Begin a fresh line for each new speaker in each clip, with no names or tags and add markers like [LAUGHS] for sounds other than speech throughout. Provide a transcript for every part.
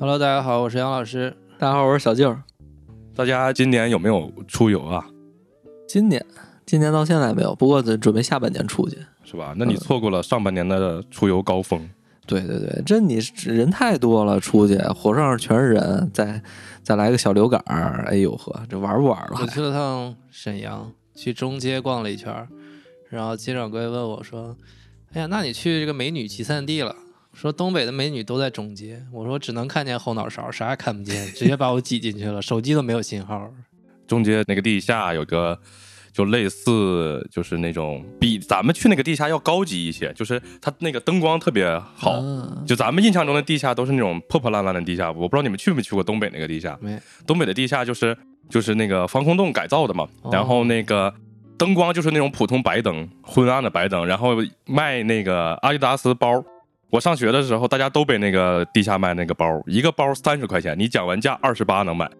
Hello，大家好，我是杨老师。
大家好，我是小静。
大家今年有没有出游啊？
今年，今年到现在没有，不过准准备下半年出去。
是吧？那你
嗯
错过了上半年的出游高峰。
对对对，这你是人太多了，出去火车上全是人，再再来个小流感儿，哎呦呵，这玩不玩了 [LAUGHS]
我？去了趟沈阳，去中街逛了一圈儿，然后金掌柜问我说：“哎呀，那你去这个美女集散地了？”说东北的美女都在中街，我说只能看见后脑勺，啥也看不见，直接把我挤进去了，手机都没有信号。
中街那个地下有个，就类似就是那种比咱们去那个地下要高级一些，就是它那个灯光特别好。
啊
就咱们印象中的地下都是那种破破烂烂的地下，我不知道你们去没去过东北那个地下。
没，
东北的地下就是就是那个防空洞改造的嘛，
哦
然后那个灯光就是那种普通白灯，昏暗的白灯，然后卖那个阿迪达斯包。我上学的时候，大家都背那个地下卖那个包，一个包三十块钱，你讲完价二十八能买，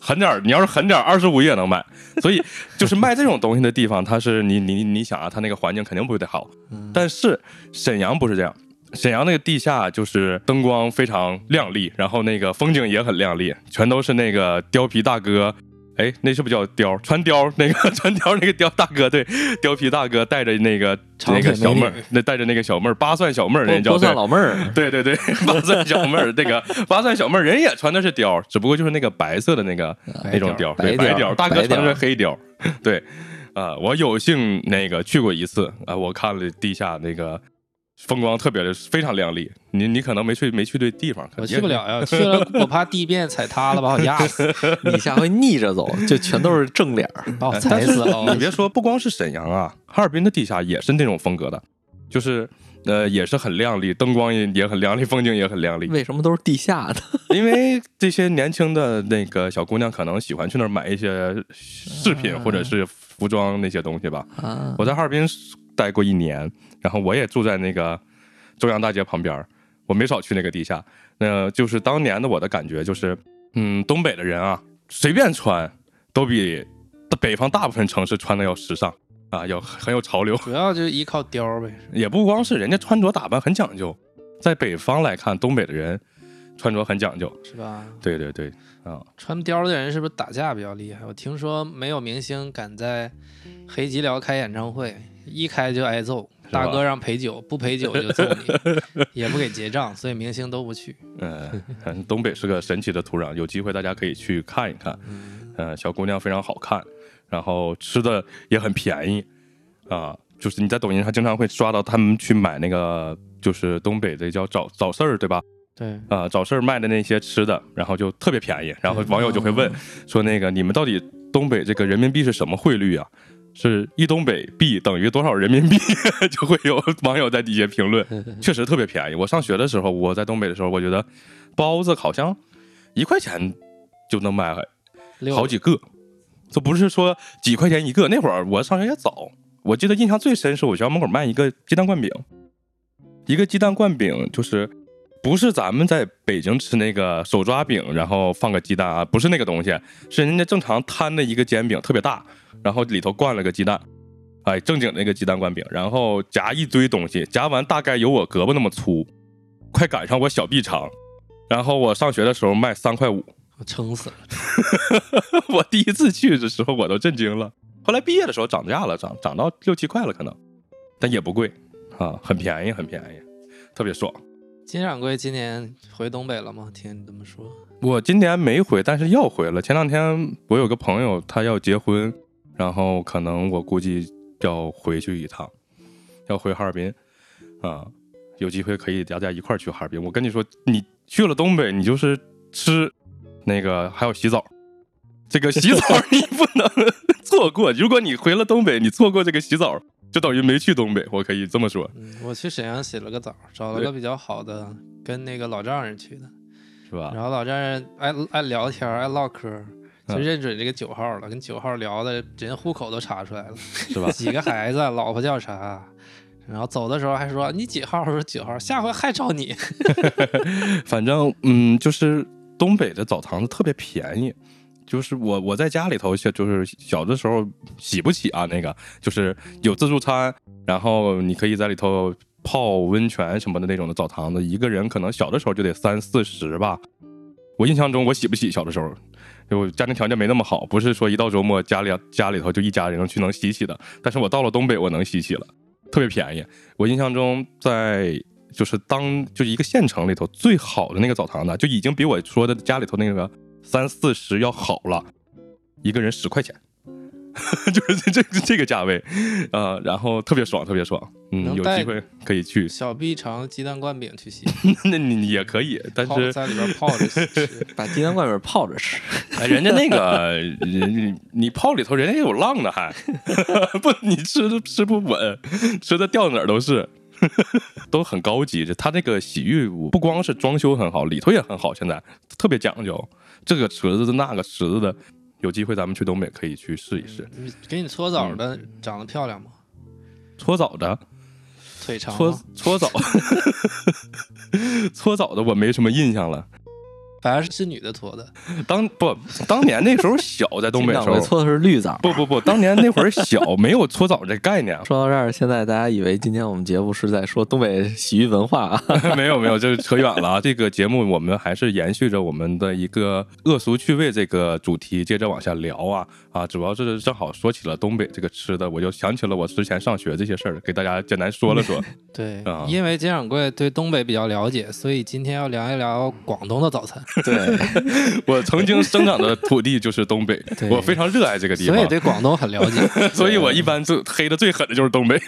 狠点儿，你要是狠点儿，二十五也能买。所以就是卖这种东西的地方，它是你你你想啊，它那个环境肯定不会得好，
嗯，
但是沈阳不是这样，沈阳那个地下就是灯光非常亮丽，然后那个风景也很亮丽，全都是那个貂皮大哥。哎，那是不是叫貂？穿貂那个 [LAUGHS] 穿貂那个貂大哥，对，貂皮大哥带着那个
长
那
腿
个小妹儿
美女，
那带着那个小妹儿八蒜小妹儿，人家
波波算
叫对
老妹儿，
对对对， [LAUGHS] 八蒜小妹儿，这个八蒜小妹儿人也穿的是貂，只不过就是那个白色的那个
哎
那哎种貂，对
白
白
貂
貂，大哥
白
穿的
貂
是黑貂，对，啊、我有幸那个去过一次，啊、我看了地下那个风光特别的非常亮丽，你你可能没去没去对地方，
我去不，了呀，去了我怕地面踩塌了把我压死，
[LAUGHS] 你下回逆着走，就全都是正脸 [LAUGHS] 儿。
[LAUGHS]
把我
哎
踩
但是
死了。
你别说，不光是沈阳啊，哈尔滨的地下也是那种风格的，就是。呃，也是很亮丽，灯光也也很亮丽，风景也很亮丽。
为什么都是地下的？
因为这些年轻的那个小姑娘可能喜欢去那儿买一些饰品或
啊
者是服装那些东西吧。
啊，
我在哈尔滨待过一年，然后我也住在那个中央大街旁边儿，我没少去那个地下。那就是当年的我的感觉就是，嗯，东北的人啊，随便穿都比北方大部分城市穿的要时尚啊，要很有潮流。
主要就依靠貂儿呗，
也不光是人家穿着打扮很讲究，在北方来看，东北的人穿着很讲究。
是吧？
对对对，
穿貂儿的人是不是打架比较厉害？我听说没有明星敢在黑吉辽开演唱会，一开就挨揍。
是吧
大哥让陪酒，不陪酒就揍
[LAUGHS]
你，也不给结账，所以明星都不去。
嗯，反正 [LAUGHS] 东北是个神奇的土壤，有机会大家可以去看一看。嗯，小姑娘非常好看，然后吃的也很便宜啊、就是你在抖音上经常会刷到他们去买那个，就是东北的叫早早市儿，对吧？
对，
啊、早市儿卖的那些吃的，然后就特别便宜。然后网友就会问说，那个你们到底东北这个人民币是什么汇率啊？是一东北币等于多少人民币？ [LAUGHS] 就会有网友在底下评论。确实特别便宜。我上学的时候，我在东北的时候，我觉得包子好像一块钱就能买
六
好几个，这不是说几块钱一个。那会儿我上学也早，我记得印象最深是我学校门口卖一个鸡蛋灌饼，一个鸡蛋灌饼就是。不是咱们在北京吃那个手抓饼，然后放个鸡蛋啊，不是那个东西，是人家正常摊的一个煎饼，特别大，然后里头灌了个鸡蛋，哎，正经那个鸡蛋灌饼，然后夹一堆东西，夹完大概有我胳膊那么粗，快赶上我小臂长。然后我上学的时候卖三块五，
我撑死了。
[LAUGHS] 我第一次去的时候我都震惊了。后来毕业的时候涨价了，涨涨到六七块了可能，但也不贵啊，很便宜，很便宜，特别爽。
金掌柜今年回东北了吗？听你这么说，
我今年没回，但是要回了。前两天我有个朋友他要结婚，然后可能我估计要回去一趟，要回哈尔滨啊，有机会可以大家一块儿去哈尔滨。啊我跟你说，你去了东北，你就是吃那个还有洗澡，这个洗澡 [LAUGHS] 你不能错过。如果你回了东北，你错过这个洗澡，就等于没去东北。我可以这么说，
嗯，我去沈阳洗了个澡，找了个比较好的，跟那个老丈人去的，
是吧？
然后老丈人爱爱聊天儿，爱唠嗑儿，就
嗯
认准这个九号了，跟九号聊的，人户口都查出来了，
是吧
几个孩子，老婆叫啥？然后走的时候还说你几号？我说九号，下回还找你。
反正嗯，就是东北的澡堂子特别便宜，就是我我在家里头就就是小的时候洗不起啊，那个就是有自助餐，然后你可以在里头泡温泉什么的那种的澡堂子，一个人可能小的时候就得三四十吧。我印象中我洗不起，小的时候，就我家庭条件没那么好，不是说一到周末家里家里头就一家人能去能洗洗的。但是我到了东北，我能洗洗了，特别便宜。我印象中在就是当就是一个县城里头最好的那个澡堂子，就已经比我说的家里头那个三四十要好了，一个人十块钱， [LAUGHS] 就是这这这个价位，呃，然后特别爽，特别爽，嗯，
能
有
带
机会可以去， [LAUGHS]
小臂肠鸡蛋灌饼去洗，
那你你也可以，但
泡
是
在里边泡着洗
[LAUGHS]
吃。
把鸡蛋灌饼泡着吃，
哎， [LAUGHS] 人家那个人，你泡里头，人家有浪的 [LAUGHS] 还，不，你吃都吃不稳，吃的掉哪儿都是， [LAUGHS] 都很高级。这他这个洗浴不光是装修很好，里头也很好，现在特别讲究，这个池子的那个池子的，有机会咱们去东北可以去试一试。
你给你搓澡的
嗯
长得漂亮吗？
搓澡的，
腿长
搓
吗？
搓澡， [LAUGHS] 搓澡的我没什么印象了。
反正是女的搓的，
当不当年那时候小，在东北时
经常会。
候
搓的是绿枣。
不不不，当年那会儿小，没有搓澡这概念，啊
说到这儿，现在大家以为今天我们节目是在说东北洗浴文化啊，
[LAUGHS] 没有没有，这扯远了啊！这个节目我们还是延续着我们的一个恶俗趣味这个主题，接着往下聊啊啊！主要是正好说起了东北这个吃的，我就想起了我之前上学这些事儿，给大家简单说了 [LAUGHS] 说。
对
啊，
因为金掌柜对东北比较了解，所以今天要聊一聊广东的早
[LAUGHS]
餐，
对，
我曾经生长的土地就是东 [LAUGHS] 北，
对
我非常热爱这个地
所以
[LAUGHS] 方，
对广东很了解。
所以我一般最黑的最狠的就是东北。
[LAUGHS]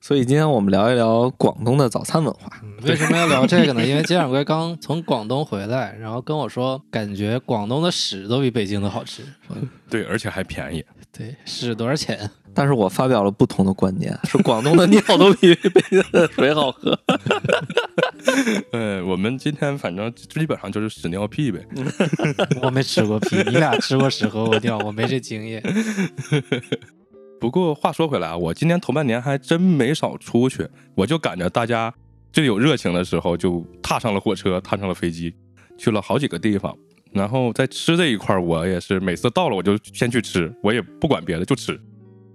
所以今天我们聊一聊广东的早餐文化。
嗯为什么要聊这个呢？因为金掌柜刚从广东回来，然后跟我说，感觉广东的屎都比北京的好吃。
对，而且还便宜。
对，屎多少钱？ [LAUGHS]
但是我发表了不同的观点，是广东的尿 [LAUGHS] 都比北京的水好喝。
嗯，我们今天反正基本上就是屎尿屁呗。
我没吃过屁，你俩吃过屎和我尿，我没这经验。
不过话说回来啊，我今年头半年还真没少出去，我就赶着大家最有热情的时候，就踏上了火车，踏上了飞机，去了好几个地方。然后在吃这一块儿，我也是每次到了我就先去吃，我也不管别的，就吃。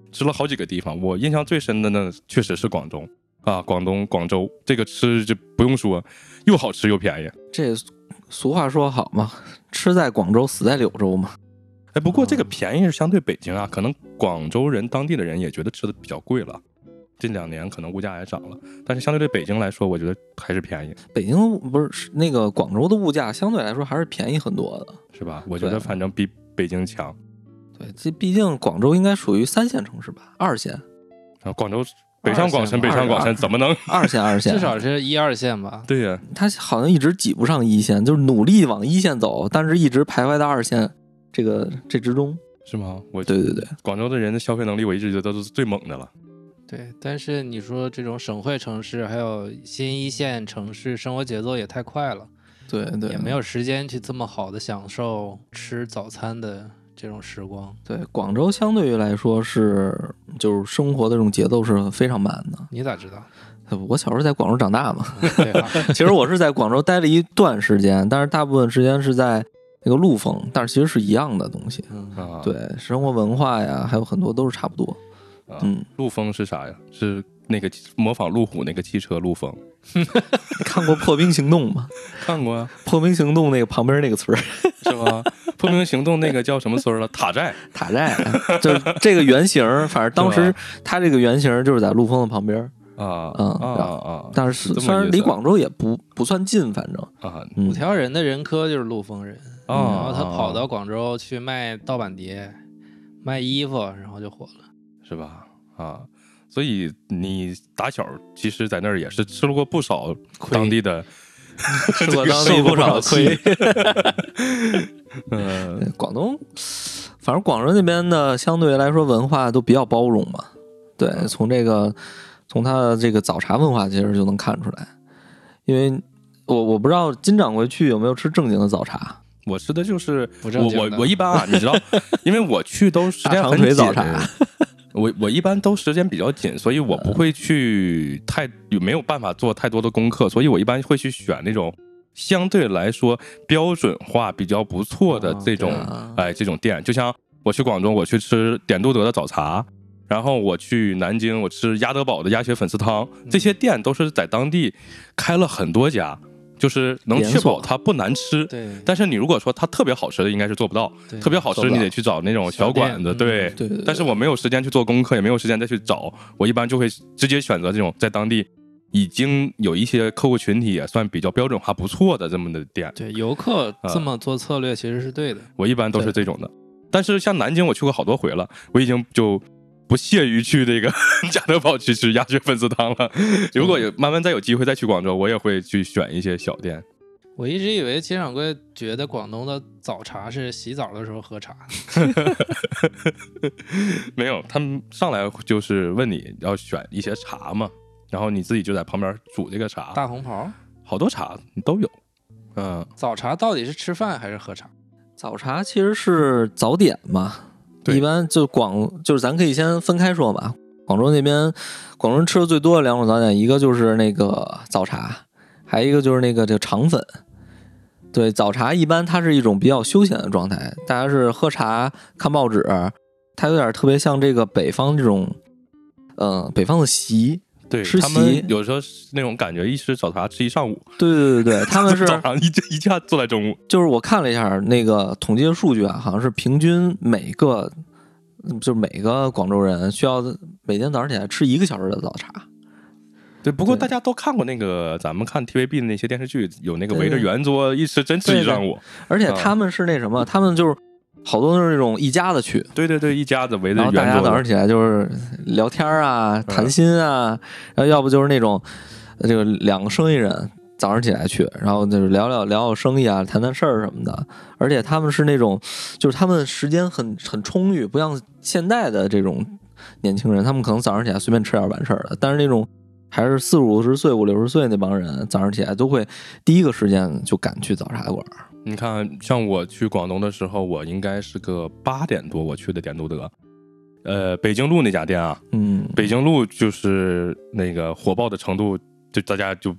吃了好几个地方，我印象最深的呢，确实是广东啊，广东广州这个吃就不用说，又好吃又便宜。
这俗话说好嘛，吃在广州，死在柳州嘛。
哎，不过这个
哦
便宜是相对北京啊，可能广州人当地的人也觉得吃的比较贵了。这两年可能物价也涨了，但是相对对北京来说，我觉得还是便宜，
北京不是是那个广州的物价相对来说还是便宜很多的。
是吧？我觉
对
得反正比北京强。
对，这毕竟广州应该属于三线城市吧，二线、
然后广州北上广深，
二线
北上广深怎么能？。
二线、二线，啊
至少是一二线吧
对呀、
他好像一直挤不上一线，就是努力往一线走，但是一直徘徊在二线这个这之中。
是吗？我
对对对，
广州的人的消费能力，我一直觉得都是最猛的了。
对，但是你说这种省会城市还有新一线城市，生活节奏也太快了，
对对，
也没有时间去这么好的享受吃早餐的这种时光。
对广州相对于来说是就是生活的这种节奏是非常慢的。
你咋知道？
我小时候在广州长大
[LAUGHS]
嘛，
嗯对吧？
其实我是在广州待了一段时间，但是大部分时间是在那个陆丰，但是其实是一样的东西。
嗯，
啊，
对，生活文化呀，还有很多都是差不多。
啊
嗯，
陆风是啥呀？是那个模仿路虎那个汽车陆风，
看过《破冰行动》吗？
看过啊，
《破冰行动》那个旁边那个村儿
是吧？破冰行动那个叫什么村儿了？塔寨，
塔寨，哎就是这个原型儿，反正当
是
时它这个原型儿就是在陆丰的旁边儿，
啊
嗯
啊啊！
但是
这么
虽然
意
离
思
广州也不不算近，反正
啊
嗯， [LAUGHS]
五条人的人科就是陆丰人，
啊，
然哦后他跑
啊
到广州去卖盗版碟、卖衣服，然后就火了。
是吧？啊，所以你打小其实，在那儿也是吃了过不少当地的，
吃过
这个
当
受
地
过
不
不少
少
气
亏。
嗯、
对广东，反正广州那边的相对来说文化都比较包容嘛。对，
嗯
从这个从它的这个早茶文化其实就能看出来，因为我我不知道金掌柜去有没有吃正经的早茶，
我吃的就是
不
我
正经
我
的
我一般啊，你知道，因为我去都时间
大
很
长腿
紧
早茶，
我我一般都时间比较紧，所以我不会去太没有办法做太多的功课，所以我一般会去选那种相对来说标准化比较不错的
哦
这种、
对啊
哎这种店，就像我去广州，我去吃点都德的早茶。然后我去南京，我吃鸭德堡的鸭血粉丝汤，这些店都是在当地开了很多家，就是能
连
确保
锁
它不难吃。
对，
但是你如果说它特别好吃的，应该是做不到。
对
特别好
做不
吃，
到
你得去找那种小馆子。
小店
对
嗯，
对对对
但是我没有时间去做功课，也没有时间再去找。我一般就会直接选择这种在当地已经有一些客户群体也算比较标准化、不错的这么的店。
对游客
啊
这么做策略其实是对的，
我一般都是这种的。但是像南京，我去过好多回了，我已经就不屑于去这个 [LAUGHS] 加德堡去吃鸭血粉丝汤了。如果有慢慢再有机会再去广州，我也会去选一些小店。
我一直以为金掌柜觉得广东的早茶是洗澡的时候喝茶，
[LAUGHS] 没有，他们上来就是问你要选一些茶嘛，然后你自己就在旁边煮这个茶。
大红袍。
好多茶你都有。嗯，
早茶到底是吃饭还是喝茶？
早茶其实是早点嘛，
对
一般就广就是咱可以先分开说吧。广州那边，广州人吃的最多的两种早点，一个就是那个早茶，还有一个就是那个这个肠粉。对，早茶一般它是一种比较休闲的状态，大家是喝茶、看报纸，它有点特别像这个北方这种，呃，北方的席。
对
吃
他们
席
有时候是那种感觉，一吃早茶吃一上午，
对对对对，他
[LAUGHS]
们嗯是
早上一一下坐在中午。
就是我看了一下那个统计的数据啊，好像是平均每个嗯就是每个广州人需要每天早上起来吃一个小时的早茶。
对，不过
对
大家都看过那个，咱们看 TVB 的那些电视剧，有那个
对
围着
对
圆桌一吃，真吃一上午。
而且他们是那什么，他们就是好多都是那种一家子去，
对对对，一家子围着
然后大
圆
家早
桌
上
子。
起来就是聊天啊、谈心啊，然后要不就是那种呃这个两个生意人早上起来去，然后就是聊聊聊聊生意啊、谈谈事儿什么的。而且他们是那种，就是他们时间很很充裕，不像现代的这种年轻人，他们可能早上起来随便吃点完事儿了。但是那种还是四五十岁、五六十岁那帮人，早上起来都会第一个时间就赶去早茶馆儿。
你看，像我去广东的时候，我应该是个八点多我去的点都德，呃，北京路那家店啊，
嗯，
北京路就是那个火爆的程度，就大家就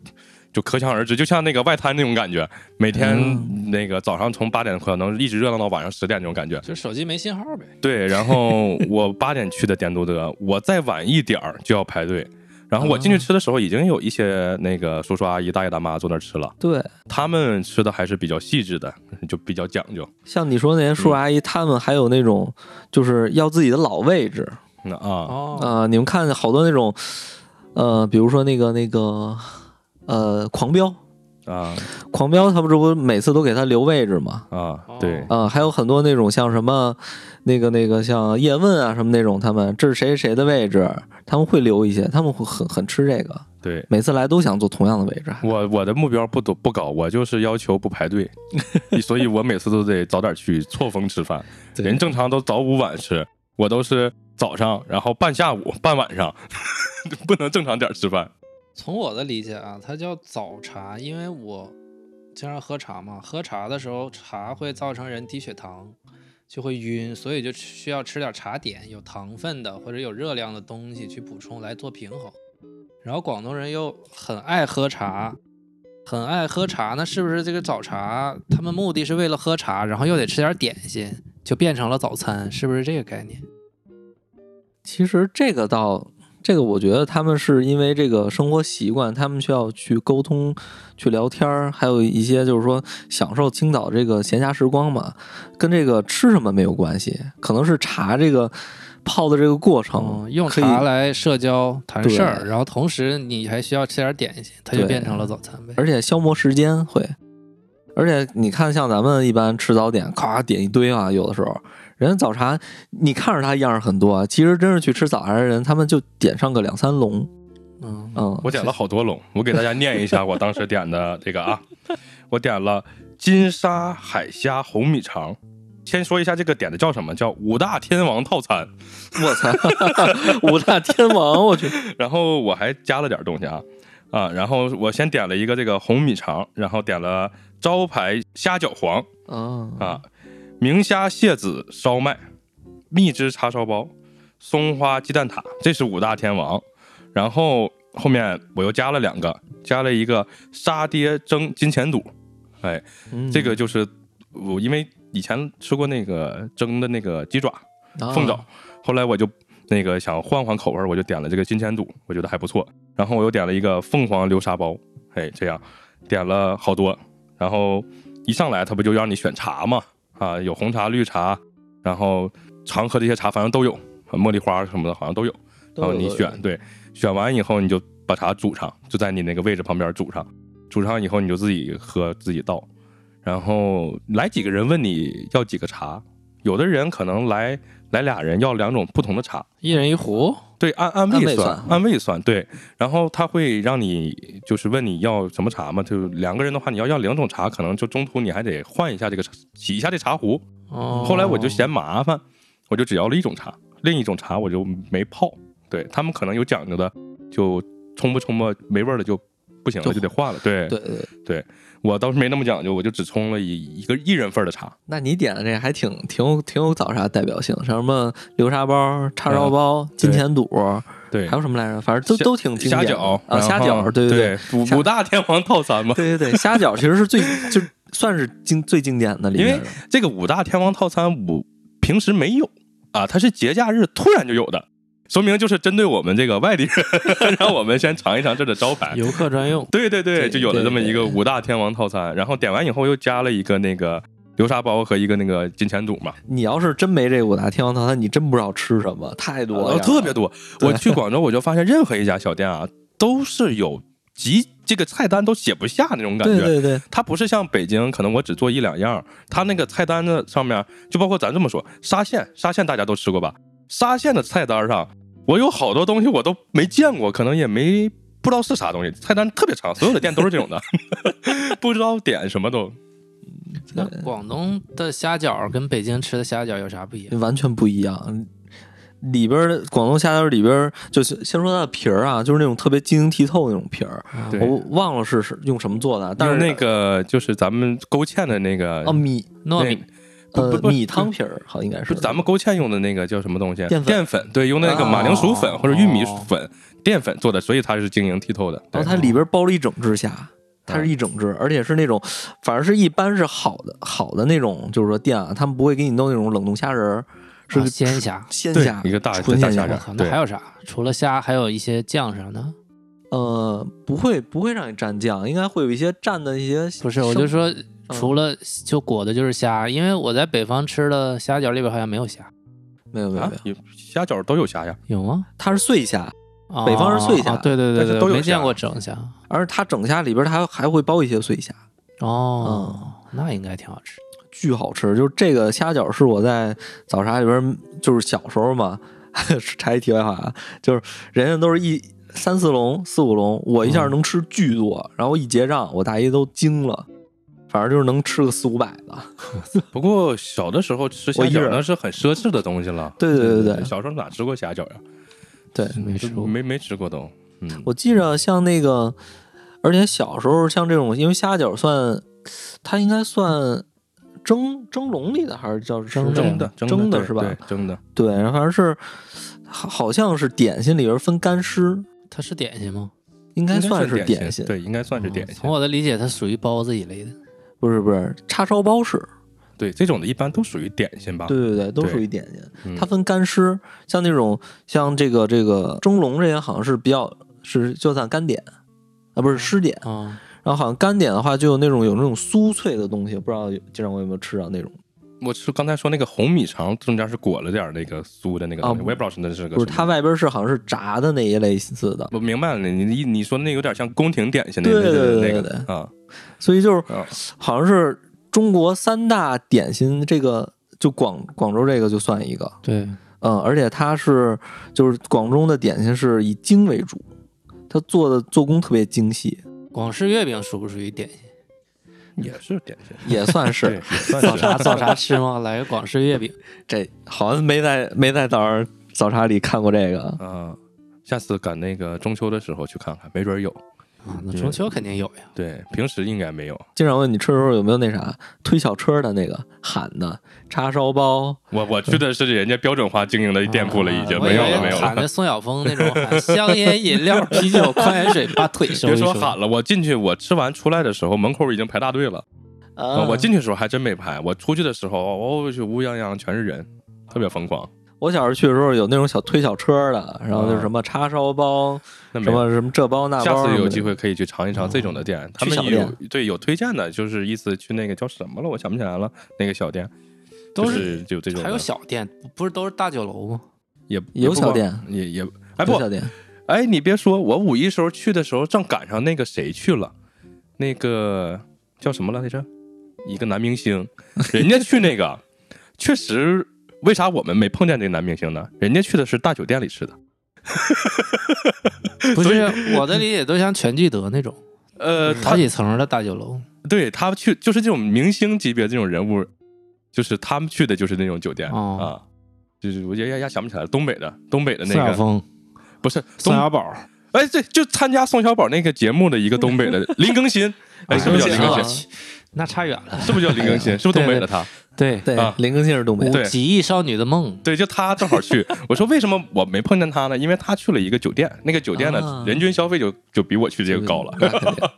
就可想而知，就像那个外滩那种感觉，每天
嗯
那个早上从八点可能一直热闹到晚上十点那种感觉。
就手机没信号呗。
对，然后我八点去的点都德，我再晚一点儿就要排队。然后我进去吃的时候，已经有一些那个叔叔阿姨、大爷大妈坐那儿吃了，
对。
他们吃的还是比较细致的，就比较讲究。
像你说那些叔叔阿姨，他们还有那种就是要自己的老位置
那啊，
哦，
啊、呃你们看好多那种，呃，比如说那个那个，呃，狂飙，
啊
狂飙，他不是不每次都给他留位置吗？
啊，对，
啊、还有很多那种像什么，那个那个像叶问啊什么那种，他们这是谁谁谁的位置，他们会留一些，他们会很很吃这个，
对，
每次来都想坐同样的位置。
[LAUGHS] 我我的目标不多不高，我就是要求不排队，所以我每次都得早点去错峰吃饭。
对
人正常都早午晚吃，我都是早上，然后半下午、半晚上， [LAUGHS] 不能正常点吃饭。
从我的理解啊，它叫早茶，因为我经常喝茶嘛，喝茶的时候茶会造成人低血糖，就会晕，所以就需要吃点茶点，有糖分的或者有热量的东西去补充来做平衡。然后广东人又很爱喝茶，很爱喝茶，那是不是这个早茶他们目的是为了喝茶，然后又得吃点点心，就变成了早餐，是不是这个概念？
其实这个倒，这个我觉得他们是因为这个生活习惯，他们需要去沟通、去聊天儿，还有一些就是说享受青岛这个闲暇时光嘛，跟这个吃什么没有关系，可能是茶这个泡的这个过程，
嗯，用
可以
茶来社交谈
对
事儿，然后同时你还需要吃点点心，它就
对
变成了早餐呗。
而且消磨时间会。而且你看，像咱们一般吃早点，咔点一堆啊，有的时候人家早茶，你看着它样儿很多啊，其实真是去吃早茶的人，他们就点上个两三笼，
嗯，
嗯，
我点了好多笼，我给大家念一下我当时点的这个啊，我点了金沙海虾红米肠。先说一下这个点的叫什么？叫五大天王套餐。
[LAUGHS] 我操，五大天王，我去，
然后我还加了点东西啊，啊，然后我先点了一个这个红米肠，然后点了招牌虾饺皇
啊
啊，明虾蟹籽烧麦，蜜汁叉烧包，松花鸡蛋挞，这是五大天王。然后后面我又加了两个，加了一个沙爹蒸金钱肚，哎，
嗯
这个就是我因为以前吃过那个蒸的那个鸡爪，
哦啊
凤爪，后来我就那个想换换口味儿，我就点了这个金钱肚，我觉得还不错。然后我又点了一个凤凰流沙包，哎，这样点了好多。然后一上来他不就让你选茶嘛，啊，有红茶、绿茶，然后常喝这些茶反正都有，茉莉花什么的好像都有。然后哦你选，对，选完以后你就把茶煮上，就在你那个位置旁边煮上，煮上以后你就自己喝自己倒。然后来几个人问你要几个茶，有的人可能来来俩人要两种不同的茶，
一人一壶，
对，按按
按
位
位
算
算，
按位算，对。然后他会让你就是问你要什么茶嘛，就两个人的话，你要要两种茶，可能就中途你还得换一下这个茶洗一下这茶壶。
哦
后来我就嫌麻烦，我就只要了一种茶，另一种茶我就没泡。对他们可能有讲究的，就冲吧冲吧，没味儿了就不行了，
就
就得换了。对，
对对对，
我倒是没那么讲究，我就只冲了一一个一人份儿的茶。
那你点的这还挺挺有挺有早茶代表性，像什么流沙包、叉烧包、金钱肚，
嗯对
还，有什么来着？反正都
虾
都挺经
虾
典的
饺
啊，虾
然后
饺，对对
对，五五大天王套餐嘛。
对对对，虾饺其实是最就算是经最经典的里面的，
这个五大天王套餐我平时没有啊，它是节假日突然就有的，说明就是针对我们这个外地人， [LAUGHS] 让我们先尝一尝这的招牌。
游客专用，
对对对，
对
就有了这么一个
对对
五大天王套餐，然后点完以后又加了一个那个流沙包和一个那个金钱肚嘛，
你要是真没这五大天王套餐，你真不知道吃什么，太多了，
呃特别多。
对
我去广州，我就发现任何一家小店啊，都是有极这个菜单都写不下那种感觉。
对对对，
它不是像北京，可能我只做一两样儿，它那个菜单的上面，就包括咱这么说，沙县，沙县大家都吃过吧？沙县的菜单上，我有好多东西我都没见过，可能也没不知道是啥东西，菜单特别长，所有的店都是这种的， [LAUGHS] 不知道点什么都。
那广东的虾饺跟北京吃的虾饺有啥不一样？
完全不一样。里边儿的广东虾饺里边儿，就是先说它的皮儿啊，就是那种特别晶莹剔透的那种皮儿，
啊
对
我忘了是是用什么做的，但
但
是
是那个就是咱们勾芡的那个，
哦米
糯米
不
呃
不不
米汤皮儿好像应该
不
是
是咱们勾芡用的那个叫什么东西？啊
淀粉
对，用那个
哦
马铃薯粉或者玉米
哦
粉、淀粉做的，所以它是晶莹剔透的。
然
对
后它里边包了一整只虾，它是一整只，而且是那种，反正是一般是好的好的那种，就是说店啊，他们不会给你弄那种冷冻虾仁儿，是
啊鲜虾。
[LAUGHS] 鲜
对
虾，
一个大
纯
大
鲜
虾
我
仁
虾，
靠，
对
那还有啥？除了虾，还有一些酱啥的。
呃，不会不会让你蘸酱，应该会有一些蘸的一些，
不是，我就说，除了就裹的就是虾，因为我在北方吃的虾饺里边好像没有虾，
没有没有
啊
没有，，
有虾饺都有虾呀。
有吗？
它是碎虾，
啊
北方是碎虾
啊对对对
但是
对，
都有
没见
虾
过整虾。
而它整虾里边它还会包一些碎虾，
哦，那应该挺好吃。
巨好吃。就是这个虾饺是我在早茶里边，就是小时候嘛， [LAUGHS] 插一题外话啊，就是人家都是一三四笼、四五笼，我一下
嗯
能吃巨多，然后一结账，我大姨都惊了。反正就是能吃个四五百的，
不过小的时候吃虾
我一
饺
人
那是很奢侈的东西了。
对对对对对
小时候哪吃过虾饺呀？
对
没吃过
没没吃过都。嗯，
我记着像那个，而且小时候像这种，因为虾饺算，它应该算蒸蒸笼里的，还是叫
蒸
蒸
蒸的
蒸
蒸
的
对
是吧？
对，蒸的。
对，然后反正是好好像是点心里边分干湿，
它是点心吗？
应该算是
应
点心，嗯
对，应该算是点
哦
心
从。我的理解，它属于包子一类的。
不是不是叉烧包是，
对，这种的一般都属于点心吧。
对对对，都
啊对
属于点心。
嗯
它分干湿，像那种像这个这个蒸笼这些好像是比较是就算干点啊，不是湿点。
啊，
然后好像干点的话，就有那种有那种酥脆的东西，不知道有经常我有没有吃到那种？
我吃刚才说那个红米肠中间是裹了点儿那个酥的那个东西，
啊
我也不知道是那是个
不是，
什么
它外边是好像是炸的那一类似的，
我明白了，你你你说那有点像宫廷点心那
对
那
对对对
那个啊，
所以就是
啊
好像是中国三大点心，这个就广广州这个就算一个，
对，
嗯，而且它是就是广州的点心是以精为主，它做的做工特别精细，
广式月饼属不属于点心？
也是点心，
也算
对，
是
也算
早
是
茶早茶吃吗？来个广式月饼。
这好像没在没在早上早茶里看过这个，
啊。下次赶那个中秋的时候去看看，没准儿有。
啊，那
对
中秋肯定有呀。
对，平时应该没有。
经常问你吃的时候有没有那啥推小车的那个喊的叉烧包，
我我去的是人家标准化经营的店铺了，已经
啊我以
没有了，
为
没有
喊
了。
着宋晓峰那种喊香烟、饮
[LAUGHS]
料、啤酒、矿泉水，把腿收
别
一
说
收。
喊了，我进去，我吃完出来的时候，门口已经排大队了。
啊
啊我进去的时候还真没排，我出去的时候，哦我去乌泱泱全是人，特别疯狂。
我小时候去的时候有那种小推小车的，然后就是什么叉烧包，
那啊没
什
有
么什么这包那包。
下次有机
会，
会可以去尝一尝这种的店，他
去小
们有
店
对有推荐的，就是意思去那个叫什么了，我想不起来了，那个小店，
都
就是是有这种的，
还有小店，不不是都是大酒楼
[LAUGHS]
吗？
也
有小店，
也不光也也哎
有
不
小店
哎，你别说，我五一时候去的时候正赶上那个谁去了，那个叫什么来着？一个男明星，人家去那个，确实，为啥我们没碰见这个男明星呢？人家去的是大酒店里吃的，
不是，我的理解都像全聚德那种
呃，他
好几层的大酒楼。
对他去就是这种明星级别这种人物，就是他们去的就是那种酒店、
哦
啊，就是我也也也想不起来了，东北的东北的那
宋晓
个
峰、
不是
宋
东
小宝，
哎对，就参加宋小宝那个节目的一个东北的林
[LAUGHS]
更新，哎
啊
是不是叫林
啊
更新？
去那差远了。
是不是叫林更新？是不是东北
哎对
的他？
对，
对
啊，
林更新是东北
五
对
几亿少女的梦，
对，就他正好去。我说为什么我没碰见他呢？因为他去了一个酒店，那个酒店呢，
啊
人均消费就就比我去这个高了。
那肯定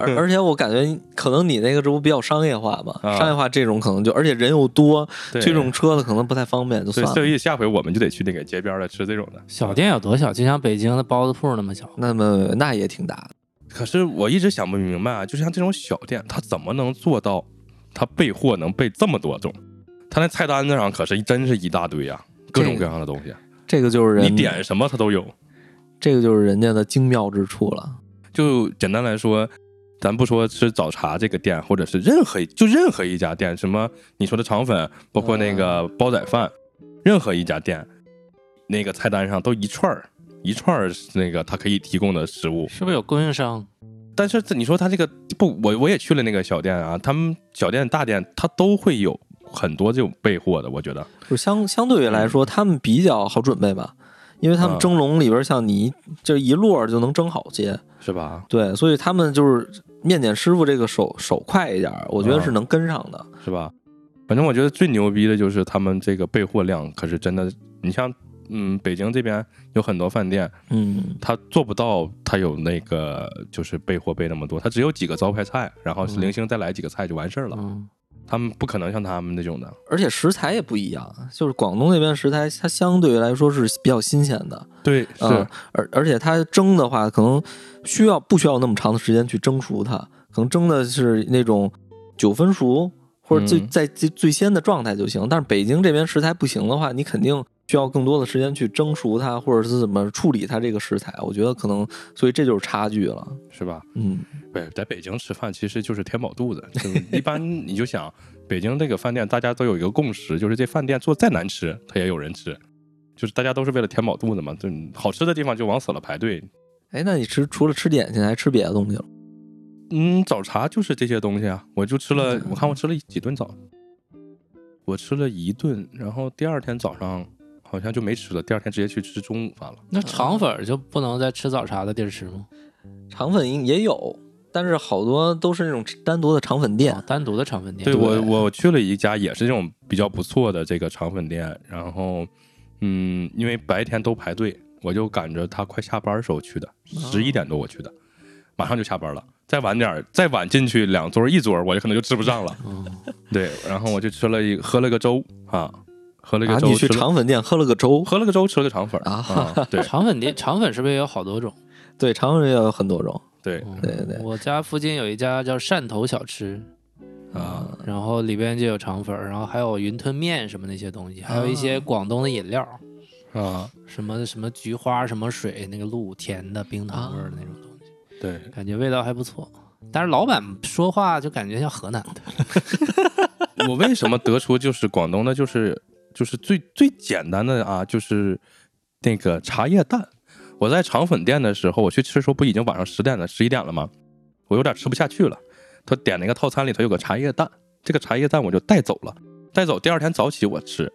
而而且我感觉可能你那个这不比较商业化嘛，
啊
商业化这种可能就而且人又多，
对
这种车的可能不太方便，就
对
算，
所
了。
以下回我们就得去那个街边儿的吃这种的。
小店有多小？就像北京的包子铺那么小。
那么那也挺大的，
可是我一直想不明白啊，就像这种小店，他怎么能做到他备货能备这么多种？他那菜单子上可是真是一大堆啊，各种各样的东西，啊
这个就是人
你点什么他都有。
这个就是人家的精妙之处了。
就简单来说，咱不说吃早茶这个店，或者是任何一就任何一家店，什么你说的肠粉，包括那个煲仔饭，任何一家店，那个菜单上都一串儿一串儿那个它可以提供的食物。
是不是有供应商？
但是这你说它这个不，我我也去了那个小店啊，他们小店大店它都会有很多这种备货的，我觉得
就相相对于来
嗯
说，他们比较好准备吧，因为他们
啊
蒸笼里边像你就一摞儿就能蒸好些，
是吧？
对，所以他们就是面点师傅这个手手快一点儿，我觉
嗯
得是能跟上的。
是吧？反正我觉得最牛逼的就是他们这个备货量，可是真的，你像嗯北京这边有很多饭店。
嗯，
他做不到，他有那个就是备货备那么多，他只有几个招牌菜，然后
嗯
零星再来几个菜就完事儿了。
嗯，
他们不可能像他们那种的，
而且食材也不一样，就是广东那边食材，它相对来说是比较新鲜的，
对，
嗯，而而且它蒸的话，可能需要不需要那么长的时间去蒸熟它，可能蒸的是那种九分熟或者最、
嗯
在最最鲜的状态就行。但是北京这边食材不行的话，你肯定需要更多的时间去蒸熟它，或者是怎么处理它这个食材。我觉得可能，所以这就是差距了。
是吧？
嗯，
不是，在北京吃饭其实就是填饱肚子。就是一般你就想，北京这个饭店大家都有一个共识，就是这饭店做再难吃，它也有人吃，就是大家都是为了填饱肚子嘛。就好吃的地方就往死了排队。
哎，那你吃除了吃点心，还吃别的东西了？
嗯，早茶就是这些东西啊，我就吃了，我看我吃了几顿早，我吃了一顿，然后第二天早上好像就没吃了，第二天直接去吃中午饭了。
嗯
那肠粉儿就不能在吃早茶的地儿吃吗？
肠粉也有，但是好多都是那种单独的肠粉店
哦，单独的肠粉店。
对我，我去了一家也是这种比较不错的这个肠粉店，然后嗯，因为白天都排队，我就赶着他快下班时候去的，
哦
十一点多我去的，马上就下班了。再晚点儿，再晚进去两桌一桌，我就可能就吃不上了。
哦
嗯，
对，然后我就吃了一喝了个粥啊，喝了个
啊，
粥，
你去
吃了
肠粉店喝了个粥， [LAUGHS]
喝了个粥，吃了个肠粉儿
啊
嗯
[LAUGHS]
对
肠粉店肠粉是不是也有好多种？
对，肠粉也有很多种。
对
嗯
对对
哦
对
我家附近有一家叫汕头小吃，
啊，
然后里边就有肠粉儿，然后还有云吞面什么那些东西，还有一些广东的饮料，
啊，
什么什么菊花什么水，那个露甜的冰糖味
啊
儿的那种东西，
对，
感觉味道还不错。但是老板说话就感觉像河南的，
我为什么得出就是广东的，就是就是最最简单的啊，就是那个茶叶蛋。我在肠粉店的时候，我去吃的时候不已经晚上十点了、十一点了吗？我有点吃不下去了。他点那个套餐里头有个茶叶蛋，这个茶叶蛋我就带走了，带走第二天早起我吃，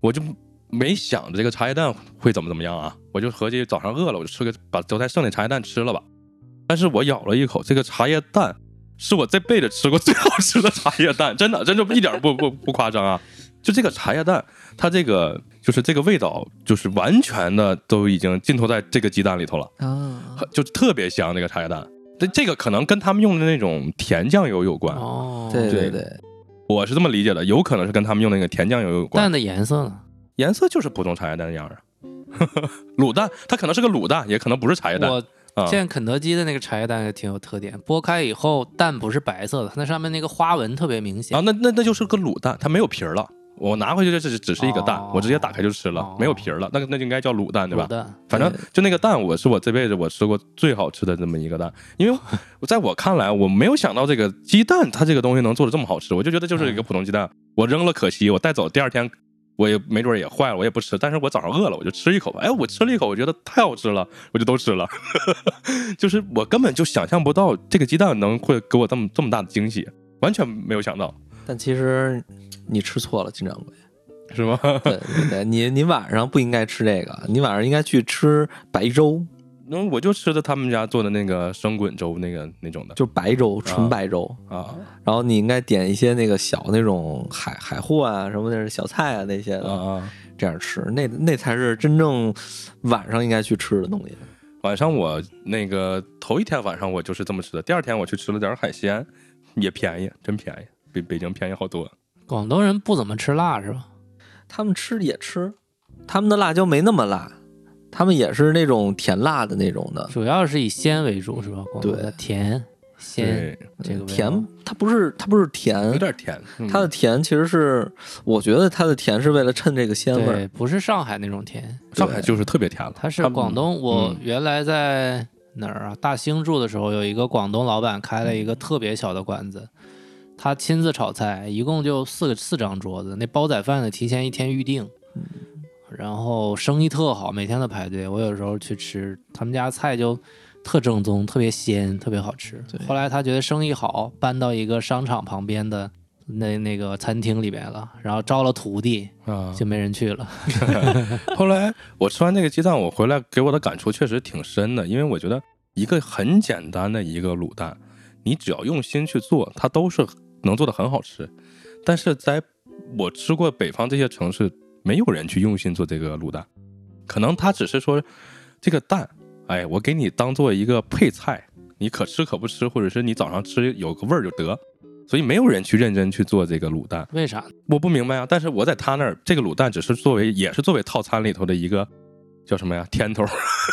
我就没想着这个茶叶蛋会怎么怎么样啊，我就合计早上饿了我就吃个把昨天剩的茶叶蛋吃了吧。但是我咬了一口这个茶叶蛋，是我这辈子吃过最好吃的茶叶蛋，真的，真的一点儿不不不夸张啊！就这个茶叶蛋，它这个就是这个味道，就是完全的都已经浸透在这个鸡蛋里头了，
啊，
就特别香这个茶叶蛋。这这个可能跟他们用的那种甜酱油有关，
哦，
对
对
对，
我是这么理解的，有可能是跟他们用那个甜酱油有关。
蛋的颜色呢？
颜色就是普通茶叶蛋的样儿啊， [LAUGHS] 卤蛋，它可能是个卤蛋，也可能不是茶叶蛋
我
啊。
见肯德基的那个茶叶蛋也挺有特点，剥开以后蛋不是白色的，它那上面那个花纹特别明显
啊，。那那那就是个卤蛋，它没有皮儿了。我拿回去就只只是一个蛋，
哦
我直接打开就吃了，没有皮儿了。那个那就应该叫卤蛋对吧
卤？蛋
反正就那个蛋，我是我这辈子我吃过最好吃的这么一个蛋，因为我在我看来，我没有想到这个鸡蛋它这个东西能做的这么好吃，我就觉得就是一个普通鸡蛋，我扔了可惜，我带走第二天我也没准儿也坏了，我也不吃，但是我早上饿了我就吃一口吧，哎，我吃了一口，我觉得太好吃了，我就都吃了， [LAUGHS] 就是我根本就想象不到这个鸡蛋能会给我这么这么大的惊喜，完全没有想到，
但其实你吃错了，金掌柜。
是吗？
对对对，你你晚上不应该吃这个，你晚上应该去吃白粥，
[LAUGHS] 那我就吃的他们家做的那个生滚粥那个那种的
就白粥，
啊
纯白粥。
啊，
然后你应该点一些那个小那种海海货啊，什么那小菜啊那些的，
啊啊。
这样吃，那那才是真正晚上应该去吃的东西。
晚上我那个头一天晚上我就是这么吃的，第二天我去吃了点海鲜，也便宜，真便宜，比北京便宜好多。
广东人不怎么吃辣是吧？
他们吃也吃，他们的辣椒没那么辣，他们也是那种甜辣的那种的，
主要是以鲜为主是吧？广东的
对
甜鲜
对，
这个
嗯
味道
甜它不是它不是
有
甜，
点甜。嗯
它的甜其实是我觉得它的甜是为了衬这个鲜味儿
对，不是上海那种甜，
上海就是特别甜了，
它是
他们
广东。我
嗯
原来在哪儿啊？大兴住的时候，有一个广东老板开了一个特别小的馆子，他亲自炒菜，一共就四个四张桌子。那煲仔饭得提前一天预定，
嗯
然后生意特好，每天都排队。我有时候去吃，他们家菜就特正宗，特别鲜，特别好吃。后来他觉得生意好，搬到一个商场旁边的那那个餐厅里边了，然后招了徒弟，
啊。
就没人去了。 [LAUGHS]
[LAUGHS] 后来我吃完那个鸡蛋，我回来给我的感触确实挺深的，因为我觉得一个很简单的一个卤蛋，你只要用心去做，它都是能做的很好吃。但是在我吃过北方这些城市，没有人去用心做这个卤蛋，可能他只是说这个蛋，哎，我给你当做一个配菜，你可吃可不吃，或者是你早上吃有个味儿就得，所以没有人去认真去做这个卤蛋。
为啥？
我不明白啊，但是我在他那儿，这个卤蛋只是作为也是作为套餐里头的一个叫什么呀添头儿，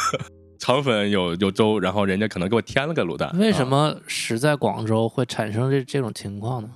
[LAUGHS] 肠粉有有粥，然后人家可能给我添了个卤蛋。
为什
啊
么时在广州会产生这这种情况呢？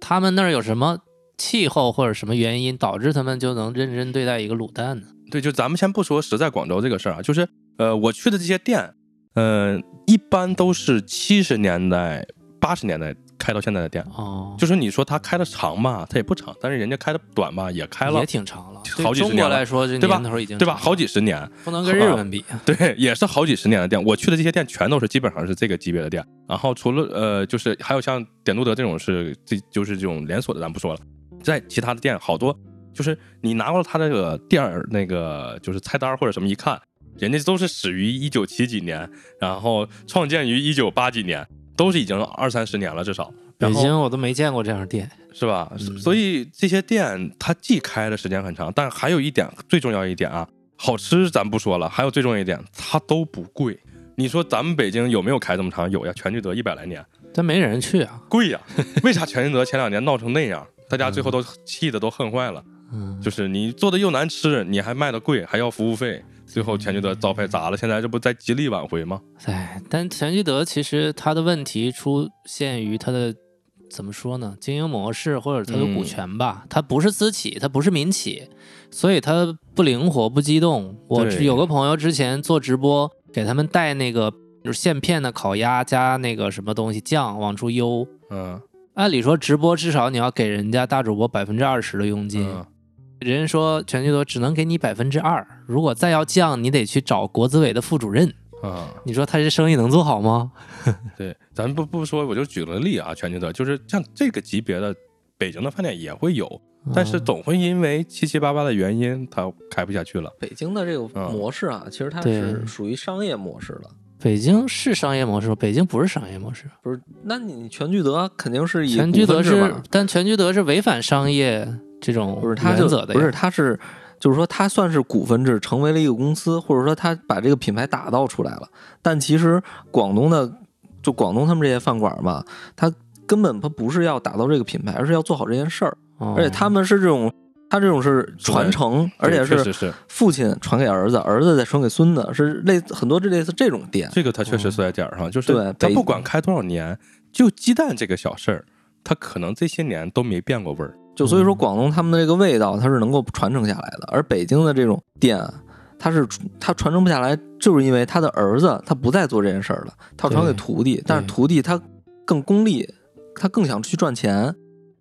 他们那儿有什么气候或者什么原因导致他们就能认真对待一个卤蛋呢？
对，就咱们先不说实在广州这个事儿啊，就是呃，我去的这些店，呃，一般都是七十年代、八十年代开到现在的店，
哦，
就是你说它开的长吧，它也不长，但是人家开的短吧，也开了
也。挺长了，
好
对
几十
中
年
国
了
来说这
对吧
年头已经
对吧？
长了
好几十年，
不能跟日本比，
对，也是好几十年的店。我去的这些店全都是基本上是这个级别的店。然后除了呃，就是还有像点都德这种是这就是这种连锁的，咱不说了。在其他的店好多，就是你拿过他这个店儿那个就是菜单儿或者什么一看，人家都是始于一九七几年，然后创建于一九八几年，都是已经二三十年了至少。然
北
后
京我都没见过这样的店。
是吧？
嗯
所以这些店它既开的时间很长，但还有一点最重要一点啊，好吃咱不说了，还有最重要一点，它都不贵。你说咱们北京有没有开这么长？有呀，全聚德一百来年，
但没人去啊，
贵呀。为啥全聚德前两年闹成那样？大家最后都气的都恨坏了，
嗯，
就是你做的又难吃，你还卖的贵，还要服务费，最后全聚德招牌砸了，现在这不在极力挽回吗？
哎，但全聚德其实它的问题出现于它的怎么说呢？经营模式或者它的股
嗯
权吧，它不是私企，它不是民企，所以它不灵活、不机动。我
对
有个朋友之前做直播，给他们带那个就是现片的烤鸭加那个什么东西酱往出邮。
嗯，
按理说直播至少你要给人家大主播百分之二十的佣金，
嗯
人家说全聚德只能给你百分之二，如果再要降，你得去找国资委的副主任。
啊。
你说他这生意能做好吗？
对，咱不不说，我就举个例啊，全聚德就是像这个级别的北京的饭店也会有，但是
嗯
总会因为七七八八的原因，它开不下去了。
北京的这个
嗯
模式啊，其实它
对
是属于商业模式的，
北京是商业模式吗？北京不是商业模式，
不是，那你全聚德啊肯定是以
全聚
股
德
份制
是
嘛，
但全聚德是违反商业这种
不是他
原
就
则的
不
呀，
是他是就是说他算是股份制，成为了一个公司，或者说他把这个品牌打造出来了。但其实广东的就广东他们这些饭馆嘛，他根本他不是要打造这个品牌，而是要做好这件事儿。
哦，
而且他们是这种，他这种是传承，而且
确
是
实是
父亲传给儿子，儿子再传给孙子，是类似很多这类似这种店。
这个，他确实说在点儿上，就是
对
他
北
不管开多少年，就鸡蛋这个小事儿，他可能这些年都没变过味儿。
就所以说，广东他们的这个味道，它是能够传承下来的。而北京的这种店，啊它是它传承不下来，就是因为他的儿子他不再做这件事儿了，他要传给
对
徒弟，但是徒弟他更功利，他更想去赚钱，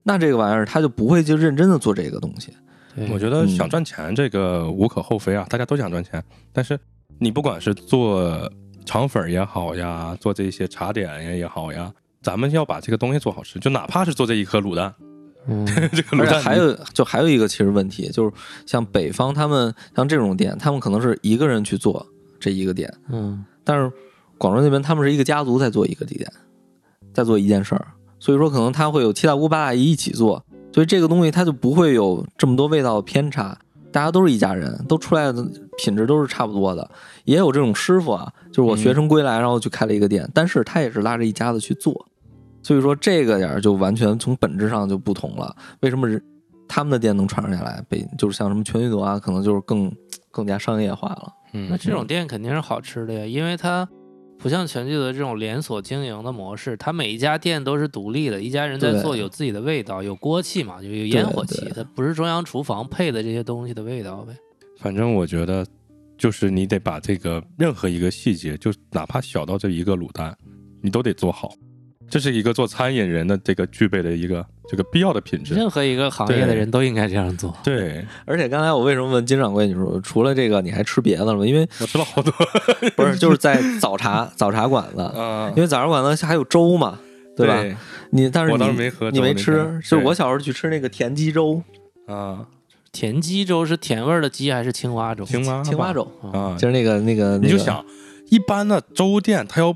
那这个玩意儿他就不会去认真的做这个东西。
对
我觉得
嗯
想赚钱这个无可厚非啊，大家都想赚钱，但是你不管是做肠粉儿也好呀，做这些茶点呀也好呀。咱们要把这个东西做好吃，就哪怕是做这一颗卤蛋， [LAUGHS]
嗯
[LAUGHS]
这个
而
卤
且
蛋
还
你
有就还有一个其实问题，就是像北方他们像这种店，他们可能是一个人去做这一个店，
嗯，
但是广州那边他们是一个家族在做一个地点，在做一件事儿，所以说可能他会有七大姑八大姨一起做，所以这个东西它就不会有这么多味道的偏差，大家都是一家人，都出来的品质都是差不多的。也有这种师傅啊，就是我学成归来，然后去开了一个店，但是他也是拉着一家子去做，所以说这个点儿就完全从本质上就不同了。为什么人他们的店能传承下来？北就是像什么全聚德啊，可能就是更更加商业化了。
嗯
那这种店肯定是好吃的呀，因为它不像全聚德这种连锁经营的模式，它每一家店都是独立的，一家人在
对
做，有自己的味道，有锅气嘛，就有烟火
对
气，
对
它不是中央厨房配的这些东西的味道呗。
反正我觉得，就是你得把这个任何一个细节，就哪怕小到这一个卤蛋，你都得做好。这是一个做餐饮人的这个具备的一个这个必要的品质。
任何一个行业的人都应该这样做。
对，
而且刚才我为什么问金掌柜，你说除了这个你还吃别的了吗？因
[LAUGHS]
为
我吃了好多。
不是就是在早茶早茶馆子，
啊
[LAUGHS] 因，为早茶馆子还有粥嘛，对吧？你但是
我
你
当时没喝粥
你没
那
吃
天，
就是
对
我小时候去吃那个田鸡粥、
啊，
田鸡粥是甜味儿的鸡还是青蛙粥？
青蛙吧
青蛙粥，
啊，
就是那个那个，
你就
那个
想，一般的粥店它要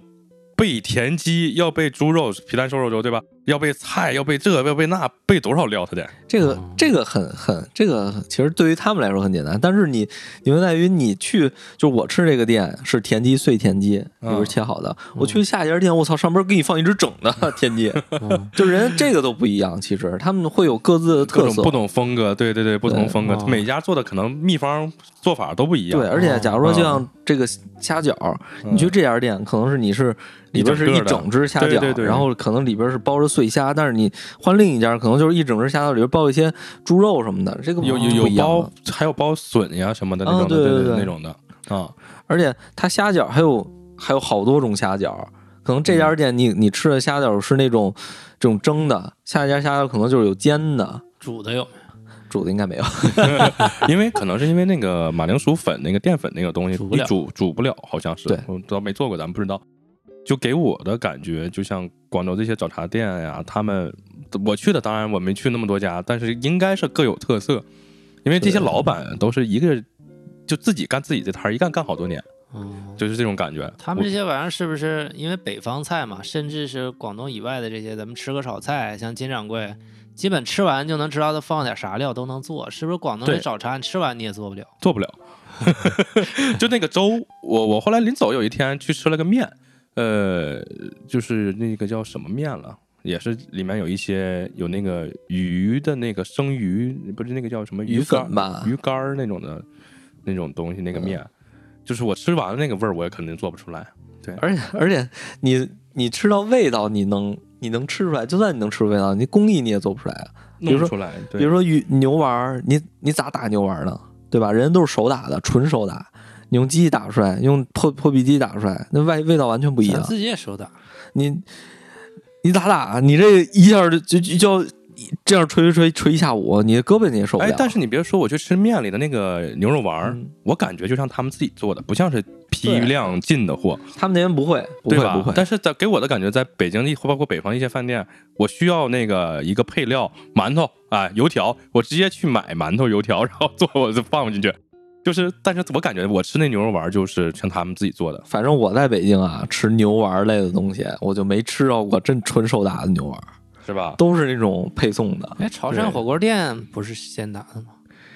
备田鸡，要备猪肉、皮蛋瘦肉粥，对吧？要备菜，要备这，要备那，备多少料？它得
这个
嗯
这个很很这个其实对于他们来说很简单，但是你你们在于你去就是我吃这个店是田鸡碎田鸡，里边
嗯
切好的，我去下一家店，我操，上边给你放一只整的 [LAUGHS] 田鸡，
嗯
就人家这个都不一样，其实他们会有各自的
各
特
种
色，
不同风格，对对对，不同
对
风格，
哦
每家做的可能秘方做法都不一样。
对，而且假如说就像这个虾饺，
哦嗯，
你去这家店，可能是你是里边是
一整
一
个的
整只虾饺，
对对对
然后可能里边是包着碎虾，但是你换另一家，可能就是一整只虾饺里边包一些猪肉什么的，这个
有
就
有
不
有
一样
包
了。，
还有包笋呀什么的那
啊
种的，
对
对
对对
那种的啊，
而且它虾饺还有还有好多种虾饺，可能这家
嗯
店你你吃的虾饺是那种这种蒸的，下一家虾饺可能就是有煎的，
煮的有，
煮的应该没有。 [LAUGHS]
因为可能是因为那个马铃薯粉那个淀粉那个东西，
煮不
你
了
煮煮不了，好像是，
对
我都没做过，咱们不知道。就给我的感觉，就像广州这些早茶店呀，他们我去的，当然我没去那么多家，但是应该是各有特色，因为这些
对
老板都是一个就自己干自己这摊儿，一干干好多年，
哦
嗯，
就是这种感觉。
他们这些玩意儿是不是因为北方菜嘛，甚至是广东以外的这些，咱们吃个炒菜，像金掌柜，基本吃完就能知道他放点啥料都能做，是不是？广东的
对
早茶你吃完你也做不了，
做不了。 [LAUGHS] 就那个粥，我我后来临走有一天去吃了个面，呃，就是那个叫什么面了，也是里面有一些有那个鱼的那个生鱼，不是那个叫什么
鱼
干
粉吧啊
鱼干儿那种的那种东西，那个面，就是我吃完了那个味儿，我也肯定做不出来。
而且而且你你吃到味道，你能你能吃出来，就算你能吃出味道，你工艺你也做不出来啊。比
弄
如
不
说
出来，对
比如说鱼牛丸儿，你你咋打牛丸儿呢？对吧？人家都是手打的，纯手打，你用机器打出来，用破破壁机打出来，那味味道完全不一
咱
啊
样。
自己也手打。
你你咋打？你这一下就就就就要这样捶捶捶捶一下午，你的胳膊你也受不了。
哎，但是你别说，我去吃面里的那个牛肉丸儿，
嗯
我感觉就像他们自己做的，不像是批
对
量进的货。
他们那边不会，不
对
会
吧？
不会。
但是在给我的感觉，在北京一包括北方一些饭店，我需要那个一个配料馒头啊、油条，我直接去买馒头油条，然后做我就放进去。就是，但是我感觉我吃那牛肉丸儿就是像他们自己做的，
反正我在北京啊，吃牛丸类的东西，我就没吃到过真纯手打的牛丸，
是吧？
都是那种配送的。
哎，潮汕火锅店不是现打的吗？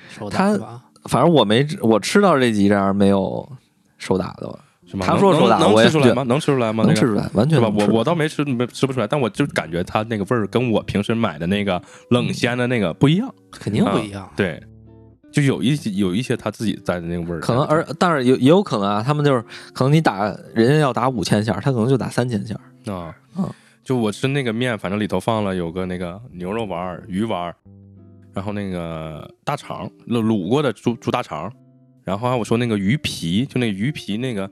手打
它
的吧？
反正我没我吃到这几家没有手打的，
是吗？
他
能
说手
能
打
能
我也
吃出来吗？能吃出来吗？
能
那个
吃出来，完全
是吧？
能
我
吃出来
我倒没吃没吃不出来，但我就感觉它那个味儿跟我平时买的那
嗯
个冷鲜的那个不一样。
肯定不一
啊
样。
对，就有一些有一些他自己在的那个味儿。
可能而但是也也有可能啊，他们就是可能你打人家要打五千下，他可能就打三千下。
啊
嗯
就我吃那个面，反正里头放了有个那个牛肉丸儿、鱼丸儿，然后那个大肠卤卤过的猪猪大肠，然后还有我说那个鱼皮，就那个鱼皮那个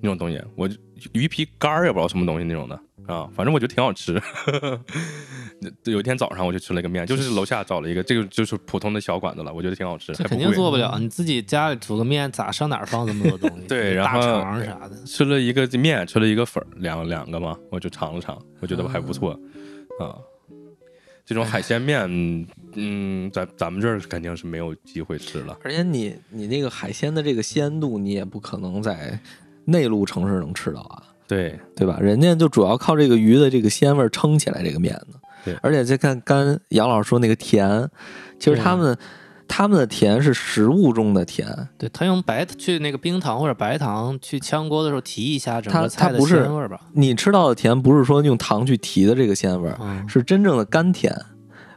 那种东西，我就鱼皮干儿也不知道什么东西那种的啊，反正我觉得挺好吃。 [LAUGHS] 有一天早上我就吃了一个面，就是楼下找了一个，这个就是普通的小馆子了，我觉得挺好吃，
这
还
肯
不
定
贵
做不
嗯
了，你自己家里煮个面，咋上哪儿放这么
[LAUGHS]
多东西？
对然
大
后
肠啥的，
吃了一个面，吃了一个粉儿，两两个嘛，我就尝了尝，我觉得还不错，
嗯
啊，这种海鲜面，嗯，咱咱们这儿肯定是没有机会吃了。
而且你你那个海鲜的这个鲜度，你也不可能在内陆城市能吃到啊，
对，
对吧？人家就主要靠这个鱼的这个鲜味儿撑起来这个面的。
对
而且再看刚杨老师说那个甜，其实他们他们的甜是食物中的甜，
对他用白去那个冰糖或者白糖去炝锅的时候提一下整
它
个菜
它
的
不是
鲜味儿吧？
你吃到的甜不是说用糖去提的这个鲜味儿，
嗯，
是真正的甘甜。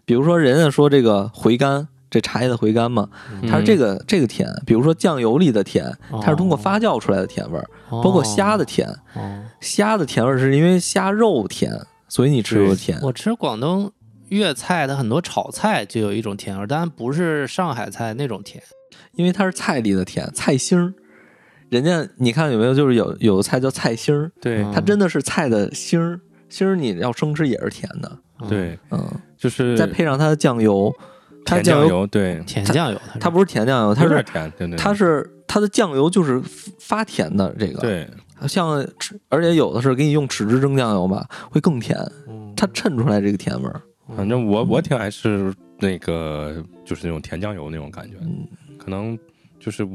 比如说人家说这个回甘，这茶叶的回甘嘛，
嗯
它是这个、这个甜。比如说酱油里的甜，
哦
它是通过发酵出来的甜味儿，
包
包括虾的甜。
嗯哦，
虾的甜味儿是因为虾肉甜，所以你吃有甜。
我吃广东粤菜的很多炒菜就有一种甜味儿，但不是上海菜那种甜。
因为它是菜里的甜，菜心儿。人家你看有没有，就是有有的菜叫菜心儿，
对
嗯
它真的是菜的心儿，心儿你要生吃也是甜的，
嗯，
对，
嗯，
就是
再配上它的酱油，它
甜
酱
酱油，对，
甜酱油它
它
是
不是甜酱油，它
有点
是
甜，对对，
它是它的酱油就是发甜的这个，，
对
像豉而且有的是给你用豉汁蒸酱油吧，会更甜，
嗯
它衬出来这个甜味儿，
反正我我挺爱吃那个，就是那种甜酱油那种感觉，
嗯，
可能就是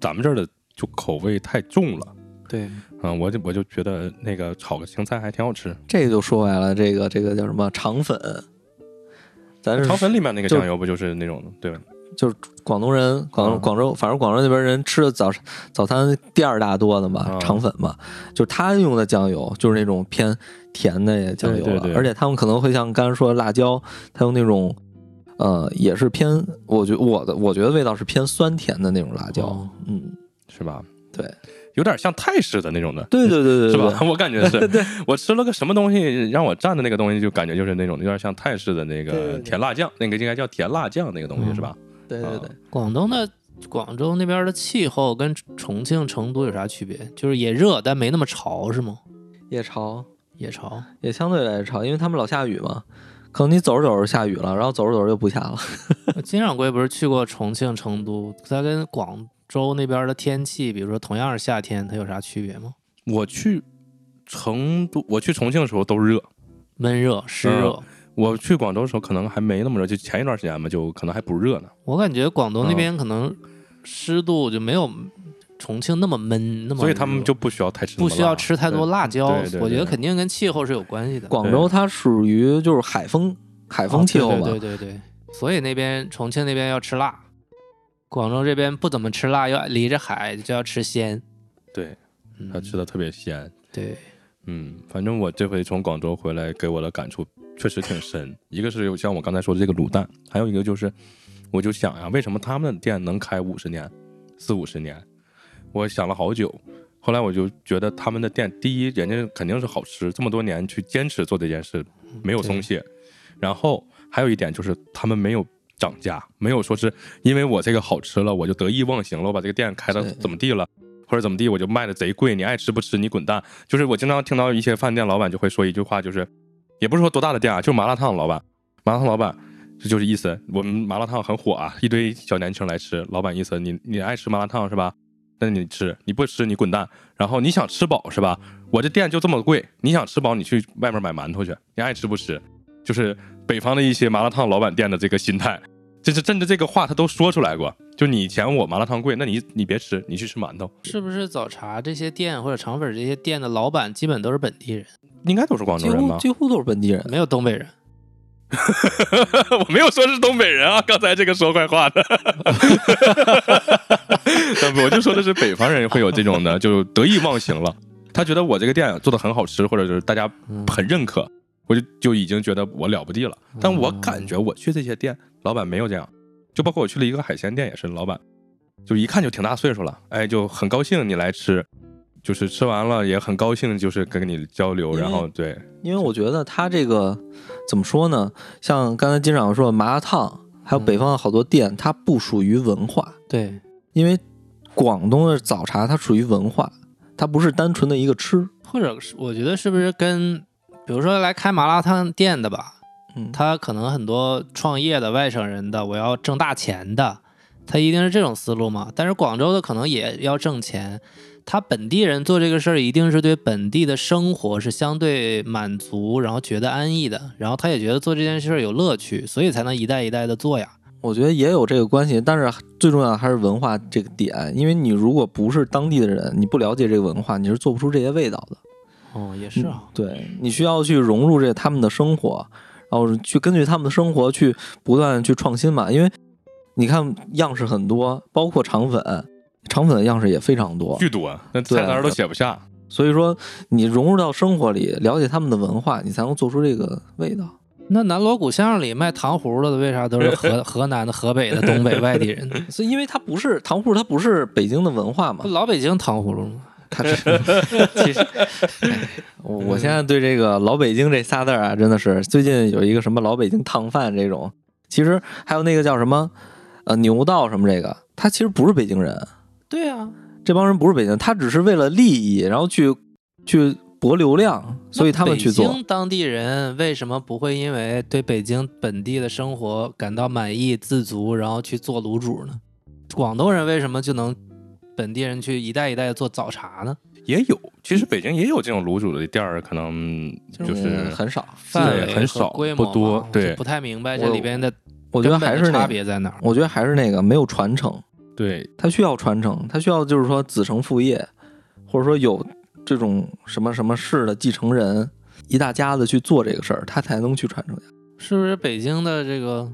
咱们这儿的就口味太重了。
对
嗯，我就我就觉得那个炒个青菜还挺好吃，
这就说白了，这个这个叫什么肠粉，咱是
肠粉里面那个
就
酱油不就是那种对吧？
广东人，广
啊
东广州，反正广州那边人吃的早早餐第二大多的嘛
啊，
肠粉嘛，就是他用的酱油就是那种偏甜的酱油
对对
了
对，
而且他们可能会像刚才说的辣椒，他用那种呃也是偏，我觉我的我觉得味道是偏酸甜的那种辣椒
哦，
嗯，
是吧？
对，
有点像泰式的那种的，
对对对对
是
对
吧？
对，
[LAUGHS] 我感觉是我吃了个什么东西，让我蘸的那个东西，就感觉就是那种有点像泰式的那
对对
个
对
甜辣酱，那个应该叫甜辣酱那个东西
嗯
是吧？
对对
啊
对，
广东的广州那边的气候跟重庆、成都有啥区别？就是也热，但没那么潮，是吗？
也潮
也潮，
也相对来潮，因为他们老下雨嘛，可能你走着走着下雨了，然后走着走着就不下了，
金掌柜不是去过重庆、成都，它跟广州那边的天气，比如说同样是夏天，它有啥区别吗？
嗯
我去成都，我去重庆的时候都热，
闷热、湿
嗯
热。
我去广州的时候可能还没那么热，就前一段时间嘛，就可能还不热呢。
我感觉广
嗯
东那边可能湿度就没有重庆那么闷，那么
所以他们
热
就不需要太吃那么
不
辣，
需要吃太多辣椒
对对对。
我觉
对
得肯定跟气候是有关系的。
广州它属于就是海风海风气候嘛，
哦对对对对对，所以那边重庆那边要吃辣，广州这边不怎么吃辣，要离着海就要吃鲜。
对，
嗯
它啊吃的特别鲜。
对，
嗯，反正我这回从广州回来，给我的感触确实挺深。一个是有像我刚才说的这个卤蛋，还有一个就是，我就想呀、为什么他们的店能开五十年、四五十年？我想了好久，后来我就觉得他们的店，第一，人家肯定是好吃，这么多年去坚持做这件事，没有松懈。然后还有一点就是，他们没有涨价，没有说是因为我这个好吃了，我就得意忘形了，我把这个店开的
对
怎么地了，或者怎么地，我就卖的贼贵，你爱吃不吃你滚蛋。就是我经常听到一些饭店老板就会说一句话，就是也不是说多大的店啊，就是麻辣烫老板，麻辣烫老板。这就是意思，我们麻辣烫很火啊，一堆小年轻来吃。老板意思，你你爱吃麻辣烫是吧？那你吃，你不吃你滚蛋。然后你想吃饱是吧？我这店就这么贵，你想吃饱你去外面买馒头去，你爱吃不吃？就是北方的一些麻辣烫老板店的这个心态。这是甚至这个话他都说出来过，就你嫌我麻辣烫贵，那你你别吃，你去吃馒头，
是不是早茶这些店或者肠粉这些店的老板基本都是本地人，
应该都是广
几
州人
乎
吧？
几乎都是本地人。
没有东北人？
[LAUGHS] 我没有说是东北人啊，刚才这个说坏话的， [LAUGHS] 我就说的是北方人会有这种的，就得意忘形了。他觉得我这个店做的很好吃，或者是大家
嗯
很认可，我就就已经觉得我了不地了。
嗯
但我感觉我去这些店，老板没有这样，就包括我去了一个海鲜店，也是老板，就一看就挺大岁数了，哎，就很高兴你来吃，就是吃完了也很高兴，就是跟你交流，
因为
然后对，
因为我觉得他这个怎么说呢？像刚才金长说的麻辣烫，还有北方的好多店，它不属于文化，
对，
因为广东的早茶它属于文化，它不是单纯的一个吃。
或者是我觉得是不是跟，比如说来开麻辣烫店的吧，
嗯，
他可能很多创业的外省人的，我要挣大钱的，他一定是这种思路嘛。但是广州的可能也要挣钱，他本地人做这个事儿，一定是对本地的生活是相对满足，然后觉得安逸的，然后他也觉得做这件事儿有乐趣，所以才能一代一代的做呀。
我觉得也有这个关系，但是最重要的还是文化这个点，因为你如果不是当地的人，你不了解这个文化，你是做不出这些味道的。嗯
哦，也是啊，
对你需要去融入这他们的生活，然后去根据他们的生活去不断地去创新嘛。因为你看样式很多，包括肠粉，肠粉的样式也非常多。
巨多，啊那
对
菜单都写不下。
所以说，你融入到生活里，了解他们的文化，你才能做出这个味道。
嗯那南锣鼓巷里卖糖葫芦的，为啥都是 [LAUGHS] 河河南的、河北的、东北外地人 [LAUGHS] 呢？
所以，因为它不是糖葫芦，它不是北京的文化嘛
不。老北京糖葫芦吗？
看这， [LAUGHS] 其实，哎我我现在对这个“老北京”这仨字儿啊，真的是最近有一个什么“老北京烫饭”这种，其实还有那个叫什么呃牛道什么这个，他其实不是北京人，
对啊，
这帮人不是北京人，他只是为了利益，然后去去博流量，所以他们去
北
做。
京当地人为什么不会因为对北京本地的生活感到满意、自足，然后去做卤煮呢？广东人为什么就能本地人去一代一代地做早茶呢？
也有，其实北京也有这种卤煮的店儿，可能就
嗯
是
很少，
范
对
围
很
和
少
规模
不多
嘛我
对
就不太明白
我
这里边的
我觉得还
根
是
本
那
的差
个，
别在哪儿。
我觉得还是那个没有传承，
对
它需要传承，它需要就是说子承父业，或者说有这种什么什么事的继承人，一大家子去做这个事儿，它才能去传承下去。
是不是北京的这个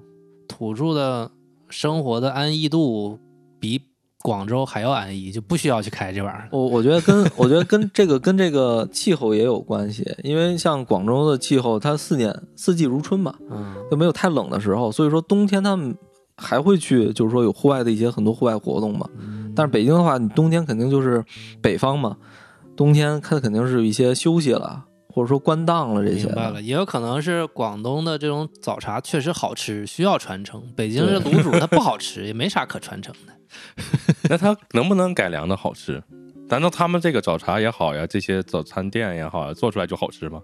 土著的生活的安逸度比广州还要安逸，就不需要去开这玩意儿了？
我我觉得跟我觉得跟这个跟这个气候也有关系，因为像广州的气候，它四年四季如春嘛，
嗯，
就没有太冷的时候，所以说冬天他们还会去，就是说有户外的一些很多户外活动嘛。但是北京的话，你冬天肯定就是北方嘛，冬天它肯定是有一些休息了，或者说关档了这些
明
的。
白了，也有可能是广东的这种早茶确实好吃，需要传承。北京这卤煮它不好吃，也没啥可传承的。
那它能不能改良的好吃？难道他们这个早茶也好呀，这些早餐店也好呀，做出来就好吃吗？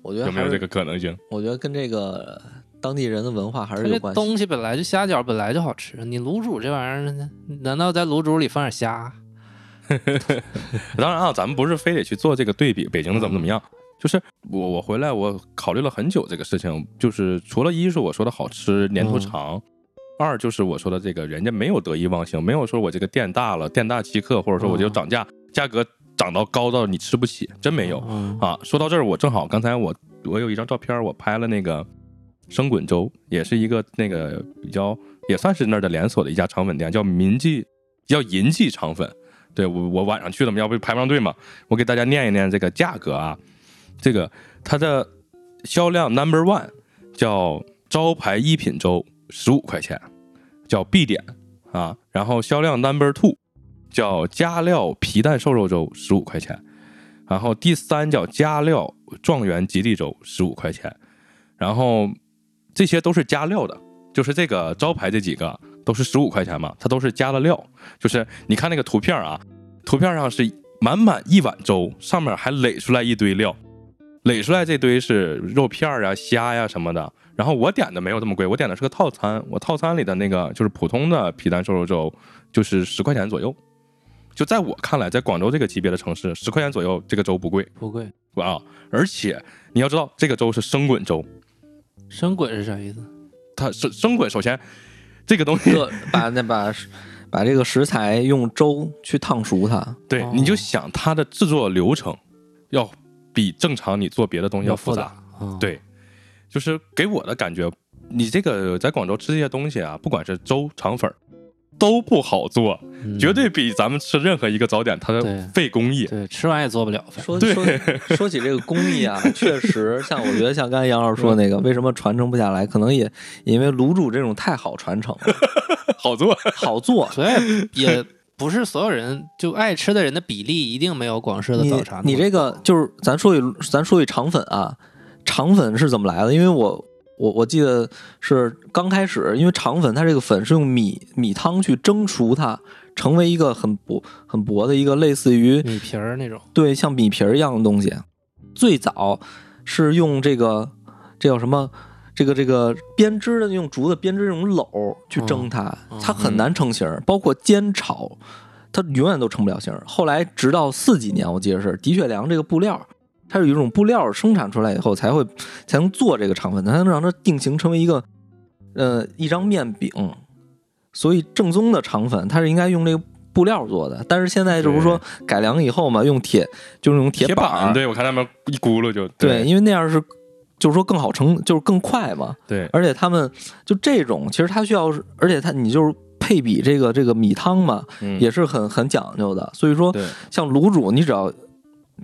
我觉得
有没
还
有
是
这个可能性？
我觉得跟这个当地人的文化还
它
是有
这
关系。
东西本来就虾饺本来就好吃，你卤煮这玩意儿呢，难道在卤煮里放点虾？
当然啊，咱们不是非得去做这个对比，北京的怎么怎么
嗯
样？就是我我回来我考虑了很久这个事情，就是除了一是我说的好吃、年头
嗯
长，二就是我说的这个人家没有得意忘形，没有说我这个店大了，店大欺客，或者说我就
嗯
涨价，价格涨到高到你吃不起，真没有。
嗯
啊，说到这儿，我正好刚才我我有一张照片儿，我拍了那个生滚粥，也是一个那个比较也算是那儿的连锁的一家肠粉店，叫民记，叫银记肠粉。对我我晚上去了嘛，要不排不上队嘛。我给大家念一念这个价格啊，这个它的销量 number one 叫招牌一品粥，十五块钱，叫必点啊。然后销量 number two 叫加料皮蛋瘦肉粥，十五块钱。然后第三叫加料状元吉利粥，十五块钱。然后这些都是加料的，就是这个招牌这几个都是十五块钱嘛，它都是加了料。就是你看那个图片啊，图片上是满满一碗粥，上面还垒出来一堆料，垒出来这堆是肉片儿啊、虾呀、什么的。然后我点的没有这么贵，我点的是个套餐，我套餐里的那个就是普通的皮蛋瘦肉粥，就是十块钱左右。就在我看来，在广州这个级别的城市，十块钱左右这个粥不贵
不贵。
啊！而且你要知道，这个粥是生滚粥，
生滚是啥意思？
它生生滚，首先这个东西，
各把那把把这个食材用粥去烫熟它，
对，
哦
你就想它的制作流程要比正常你做别的东西要复杂。
嗯
对就是给我的感觉，你这个在广州吃这些东西啊，不管是粥、肠粉儿，都不好做，
嗯
绝对比咱们吃任何一个早点它
对
的费工
[LAUGHS]
艺。
对，吃完也做不了，反正
说说说起这个工艺啊，确实像我觉得像刚才杨老师说那个，为什么传承不下来，可能也因为卤煮这种太好传承了，
好做，
好做。
所以
[LAUGHS]
也不是所有人就爱吃的人的比例一定没有广式的
你
早茶那么啊
你这个就是咱说起咱说起肠粉啊，肠粉是怎么来的？因为我我我记得是刚开始，因为肠粉它这个粉是用米米汤去蒸熟它，成为一个很薄很薄的一个类似于
米皮儿那种，
对，像米皮儿一样的东西。最早是用这个这叫什么？这个这个编织的用竹子编织这种篓去蒸它，
嗯
它很难成型儿，包括煎炒，它永远都成不了型儿。后来直到四几年，我记得是的确良这个布料，它是有一种布料生产出来以后才会才能做这个肠粉，才能让它定型成为一个呃一张面饼。所以正宗的肠粉它是应该用这个布料做的，但是现在这不是说改良以后嘛，用铁就是用铁
铁
板儿，
对我看他们一咕噜就
对，因为那样是就是说更好成，就是更快嘛。
对
而且他们就这种，其实它需要是，而且它你就是配比这个这个米汤嘛，
嗯
也是很很讲究的。所以说，
对
像卤煮，你只要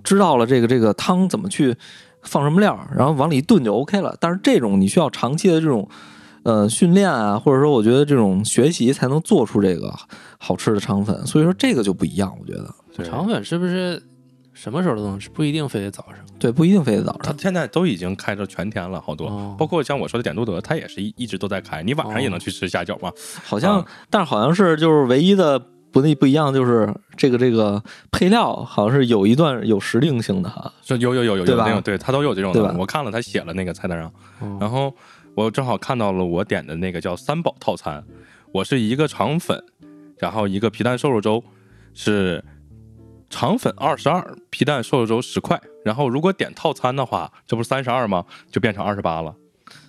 知道了这个这个汤怎么去放什么料，然后往里一炖就 OK 了。但是这种你需要长期的这种呃训练啊，或者说我觉得这种学习才能做出这个好吃的肠粉。所以说这个就不一样，我觉得
对
肠粉是不是什么时候都能吃？不一定非得早上。
对，不一定非得早
他
上。
现在都已经开着全天了，好多，
哦
包括像我说的点都德，他也是一一直都在开，你晚
哦
上也能去吃虾饺嘛？
好像，
啊
但是好像是就是唯一的不那不一样，就是这个这个配料好像是有一段有时令性的
[LAUGHS]
哈。
说有有有有
对
有
吧
那种，对他都有这种
对吧
的，我看了他写了那个菜单上，
嗯
然后我正好看到了我点的那个叫三宝套餐，我是一个肠粉，然后一个皮蛋瘦肉粥是。肠粉二十二，皮蛋瘦肉粥十块。然后如果点套餐的话，这不是三十二吗？就变成二十八了。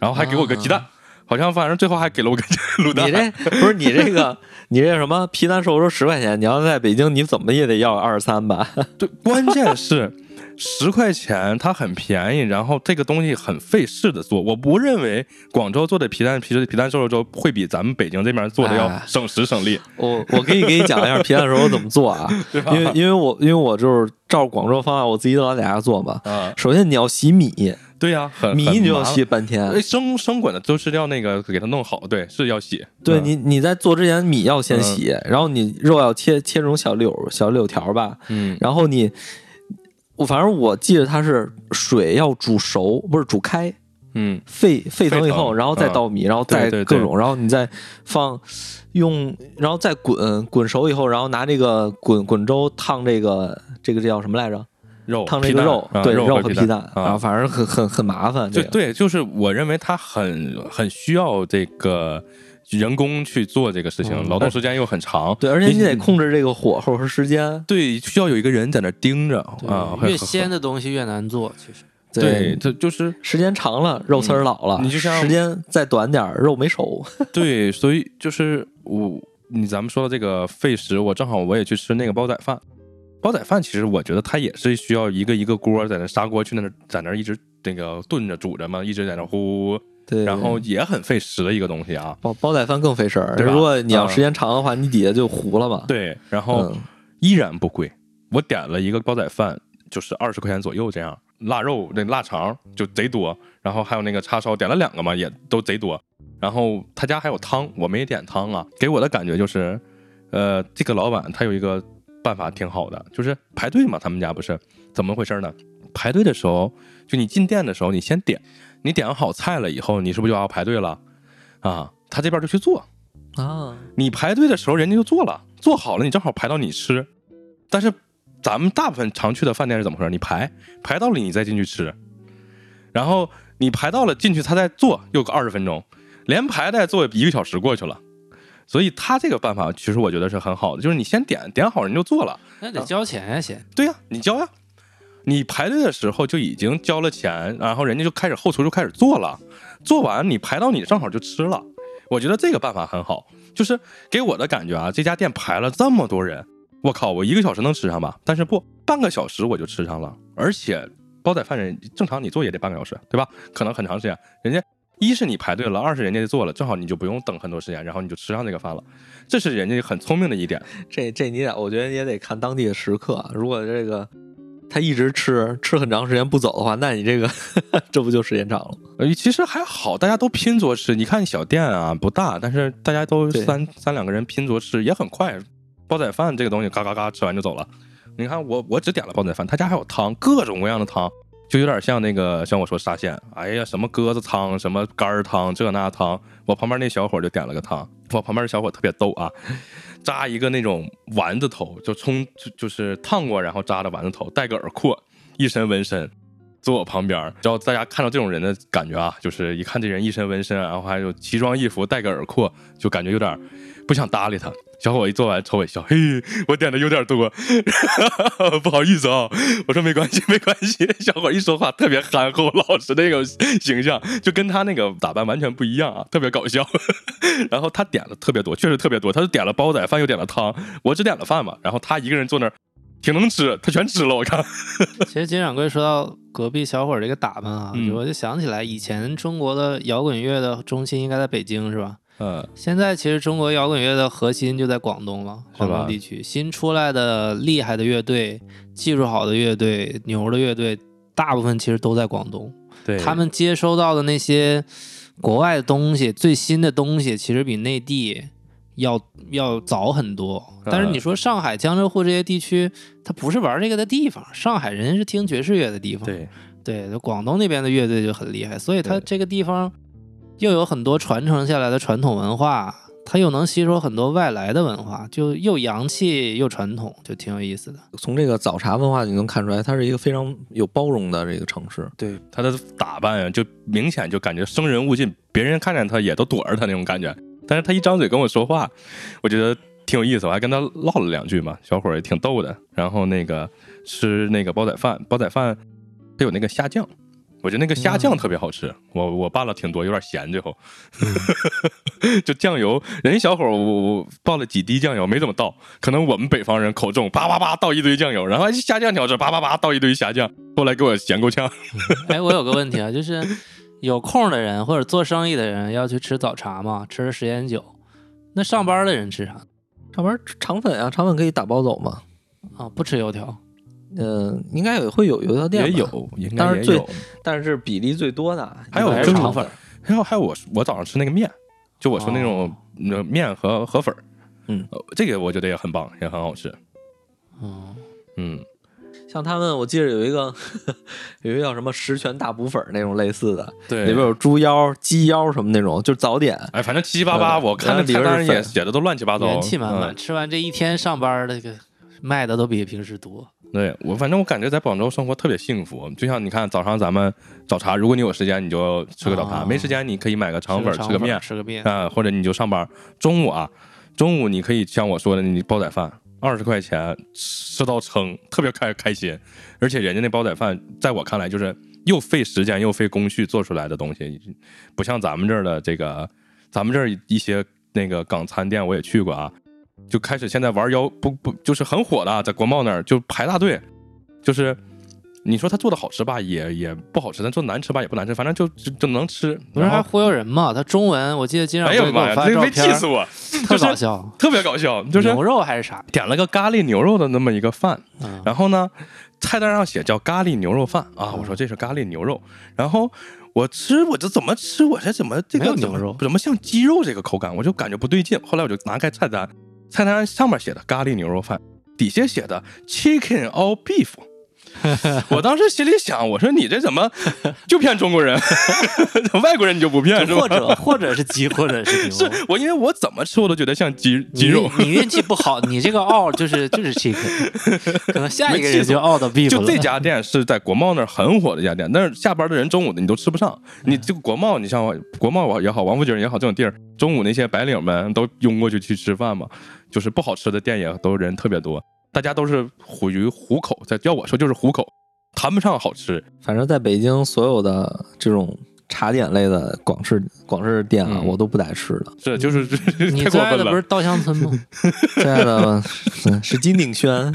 然后还给我个鸡
啊
蛋，好像反正最后还给了我个 [LAUGHS] 卤蛋。
你这不是你这个 [LAUGHS] 你这什么皮蛋瘦肉十块钱，你要在北京你怎么也得要二十三吧？
对，关键是十块钱它很便宜，然后这个东西很费事的做。我不认为广州做的皮蛋皮皮蛋瘦肉粥会比咱们北京这边做的
哎
要省时省力。
我 [LAUGHS] 我可以给你讲一下皮蛋瘦肉怎么做
[LAUGHS]
啊，因为因为我因为我就是照广州方案，我自己都老在家做嘛。
啊，
首先你要洗米，
对呀、呃很
米
很
你就要
麻烦
洗半天
哎。生生滚的都是要那个给它弄好，对，是要洗。
对
嗯
你，你在做之前米要先洗，然后你肉要切切成小柳小柳条吧，
嗯，
然后你，我反正我记得它是水要煮熟，不是煮开，
嗯，
沸沸腾以
沸
后，
腾
然后再
嗯
倒米，然后
对
再
对
各
对
种，然后你再放用，然后再滚滚熟以后，然后拿这个滚滚粥烫这个这个这叫什么来着？
肉
烫这
皮
个
蛋
肉，
啊
对，
肉
肉
和
皮
蛋
蛋，，然后
啊，
反正很很很麻烦。这
对
个
对，就是我认为它很很需要这个人工去做这个事情，
嗯
劳动时间又很长，
对，而且你得
你
控制这个火候和时间。
对，需要有一个人在那盯着
对
啊，
嗯越鲜的东西越难做，其实
对，，这就是
时间长了肉丝儿老了，
你就像
时间再短点儿肉没熟。
对，所以就是我你咱们说到这个费时，我正好我也去吃那个煲仔饭。煲仔饭其实我觉得它也是需要一个一个锅在那砂锅去那儿在那儿一直那个炖着煮着嘛，一直在那呼呼，
对，
然后也很费时的一个东西啊。
煲煲仔饭更费事儿。
对吧嗯
如果你要时间长的话，你底下就糊了嘛。，
对，哦然后
嗯，
依然不贵，我点了一个煲仔饭，就是二十块钱左右这样，腊肉那腊肠就贼多，然后还有那个叉烧，点了两个嘛，也都贼多。然后他家还有汤，我没点汤啊，给我的感觉就是，呃，这个老板他有一个办法挺好的，就是排队嘛，他们家不是怎么回事呢？排队的时候，就你进店的时候，你先点，你点好菜了以后，你是不是就要排队了？啊，他这边就去做，
啊，
你排队的时候人家就做了，做好了你正好排到你吃。但是咱们大部分常去的饭店是怎么回事？你排排到了你再进去吃，然后你排到了进去他再做又个二十分钟，连排带做一个小时过去了。所以他这个办法其实我觉得是很好的，就是你先点点好人就做了，
那得交钱呀，先。
对呀、你交呀、啊你排队的时候就已经交了钱，然后人家就开始后厨就开始做了，做完你排到你正好就吃了。我觉得这个办法很好，就是给我的感觉啊，这家店排了这么多人，我靠，我一个小时能吃上吧？但是不，半个小时我就吃上了，而且煲仔饭人正常你做也得半个小时，对吧？可能很长时间，人家一是你排队了，二是人家就做了，正好你就不用等很多时间，然后你就吃上这个饭了，这是人家很聪明的一点。
这这你得，我觉得也得看当地的食客。啊如果这个他一直吃吃很长时间不走的话，那你这个 [LAUGHS] 这不就时间长了？
呃，其实还好，大家都拼着吃。你看小店啊，不大，但是大家都
对
三三两个人拼着吃，也很快。煲仔饭这个东西，嘎嘎嘎吃完就走了。你看我，我只点了煲仔饭，他家还有汤，各种各样的汤，就有点像那个像我说沙县，哎呀，什么鸽子汤，什么肝儿汤，这那汤。我旁边那小伙就点了个汤，我旁边的小伙特别逗啊，扎一个那种丸子头，就冲就就是烫过，然后扎的丸子头，戴个耳廓，一身纹身，坐我旁边儿，然后大家看到这种人的感觉啊，就是一看这人一身纹身，然后还有奇装异服，戴个耳廓，就感觉有点儿不想搭理他。小伙一做完，朝我一笑，嘿，我点的有点多， [LAUGHS] 不好意思啊、我说没关系，没关系。小伙一说话特别憨厚老实那种形象，就跟他那个打扮完全不一样啊，特别搞笑。 [LAUGHS] 然后他点了特别多，确实特别多，他就点了煲仔饭，又点了汤，我只点了饭嘛。然后他一个人坐那儿，挺能吃，他全吃了，我看。 [LAUGHS]
其实金掌柜说到隔壁小伙儿这个打扮啊，
嗯
我就想起来以前中国的摇滚乐的中心应该在北京是吧？
嗯，
现在其实中国摇滚乐的核心就在广东了，
是吧
广东地区新出来的厉害的乐队、技术好的乐队、牛的乐队，大部分其实都在广东。
对
他们接收到的那些国外的东西、最新的东西，其实比内地要要早很多。
嗯
但是你说上海、江浙沪这些地区，它不是玩这个的地方。上海人是听爵士乐的地方，
对。
对，就广东那边的乐队就很厉害，所以它
对
这个地方又有很多传承下来的传统文化，它又能吸收很多外来的文化，就又洋气又传统，就挺有意思的。
从这个早茶文化你能看出来，它是一个非常有包容的这个城市。
对他的打扮啊，就明显就感觉生人勿近，别人看见他也都躲着他那种感觉。但是他一张嘴跟我说话，我觉得挺有意思，我还跟他唠了两句嘛，小伙儿也挺逗的。然后那个吃那个煲仔饭，煲仔饭它有那个虾酱，我觉得那个虾酱特别好吃，我我拌了挺多，有点咸，最后、就酱油，人家小伙儿我我我倒了几滴酱油，没怎么倒，可能我们北方人口重，叭叭叭倒一堆酱油，然后虾酱调制，叭叭叭倒一堆虾酱，后来给我咸够呛。
哎，我有个问题啊，就是有空的人或者做生意的人要去吃早茶嘛，吃的时间久。那上班的人吃啥
上边肠粉啊，肠粉可以打包走嘛？
啊？不吃油条，
嗯，应该也会有油条店吧
也，有，应
当
该
然
也
最
有。
但是比例最多的
还有
应该是
蒸
肠
粉
粉。
还有还有我我早上吃那个面，就我说那
哦
种呃面和河粉儿
嗯
呃这个我觉得也很棒，也很好吃。
嗯，
嗯，
像他们，我记得有一个 [LAUGHS] 有一个叫什么十全大补粉儿那种类似的，
对
里边有猪腰、鸡腰什么那种，就是早点。
哎，反正七七八八，
嗯
我看那
然后里边
菜
是
单也
粉
写的都乱七八糟，
元气满满，
嗯
吃完这一天上班的这个卖的都比平时多。
嗯对我，反正我感觉在广州生活特别幸福。就像你看，早上咱们早茶，如果你有时间，你就吃个早茶；
哦
没时间，你可以买个肠
吃个
粉，
肠
吃个面，
吃个面，
啊、或者你就上班。中午啊，中午你可以像我说的，你煲仔饭，二十块钱吃到撑，特别开开心。而且人家那煲仔饭，在我看来就是又费时间又费工序做出来的东西，不像咱们这儿的这个，咱们这儿一些那个港餐店我也去过啊，就开始现在玩腰不不就是很火的啊，在国贸那儿就排大队，就是。你说他做的好吃吧，也也不好吃；但做得难吃吧，也不难吃。反正就就就能吃。
不是
然后
还忽悠人嘛？他中文我记得经常会
哎呀
给
妈
我
呀，
发
这
照
没气死
片，
我，
特
就是
搞笑，
特别搞笑， [LAUGHS] 就是
牛肉还是啥？
点了个咖喱牛肉的那么一个饭，
嗯，
然后呢，菜单上写叫咖喱牛肉饭啊，
嗯
我说这是咖喱牛肉，然后我吃我这怎么吃我这怎么这
没
个
有
怎
牛
么
肉
怎么像鸡肉这个口感，我就感觉不对劲，后来我就拿开菜单，菜单上面写的咖喱牛肉饭，底下写的 chicken all [LAUGHS] beef。我当时心里想，我说你这怎么就骗中国人， [LAUGHS] 外国人你就不骗是吧？
或者或者是鸡，或者是牛。
是我因为我怎么吃我都觉得像鸡
你
鸡肉，
运你运气不好，你这个 out 就是就是 chicken，可能下一个人就 out 到 beef
就
了。
这家店是在国贸那儿很火的一家店，但是下班的人中午的你都吃不上。
嗯
你这个国贸，你像国贸也好，王府井也好，这种地儿，中午那些白领们都拥过去去吃饭嘛，就是不好吃的店也都人特别多，大家都是虎于虎口，在要我说就是虎口，谈不上好吃。
反正在北京所有的这种茶点类的广式广式店啊，
嗯
我都不带吃
[LAUGHS]
的。
这就是
嗯你
太
最
过
爱
分
的不是
了。
稻香村
[LAUGHS]
吗？
现在的是是金鼎轩，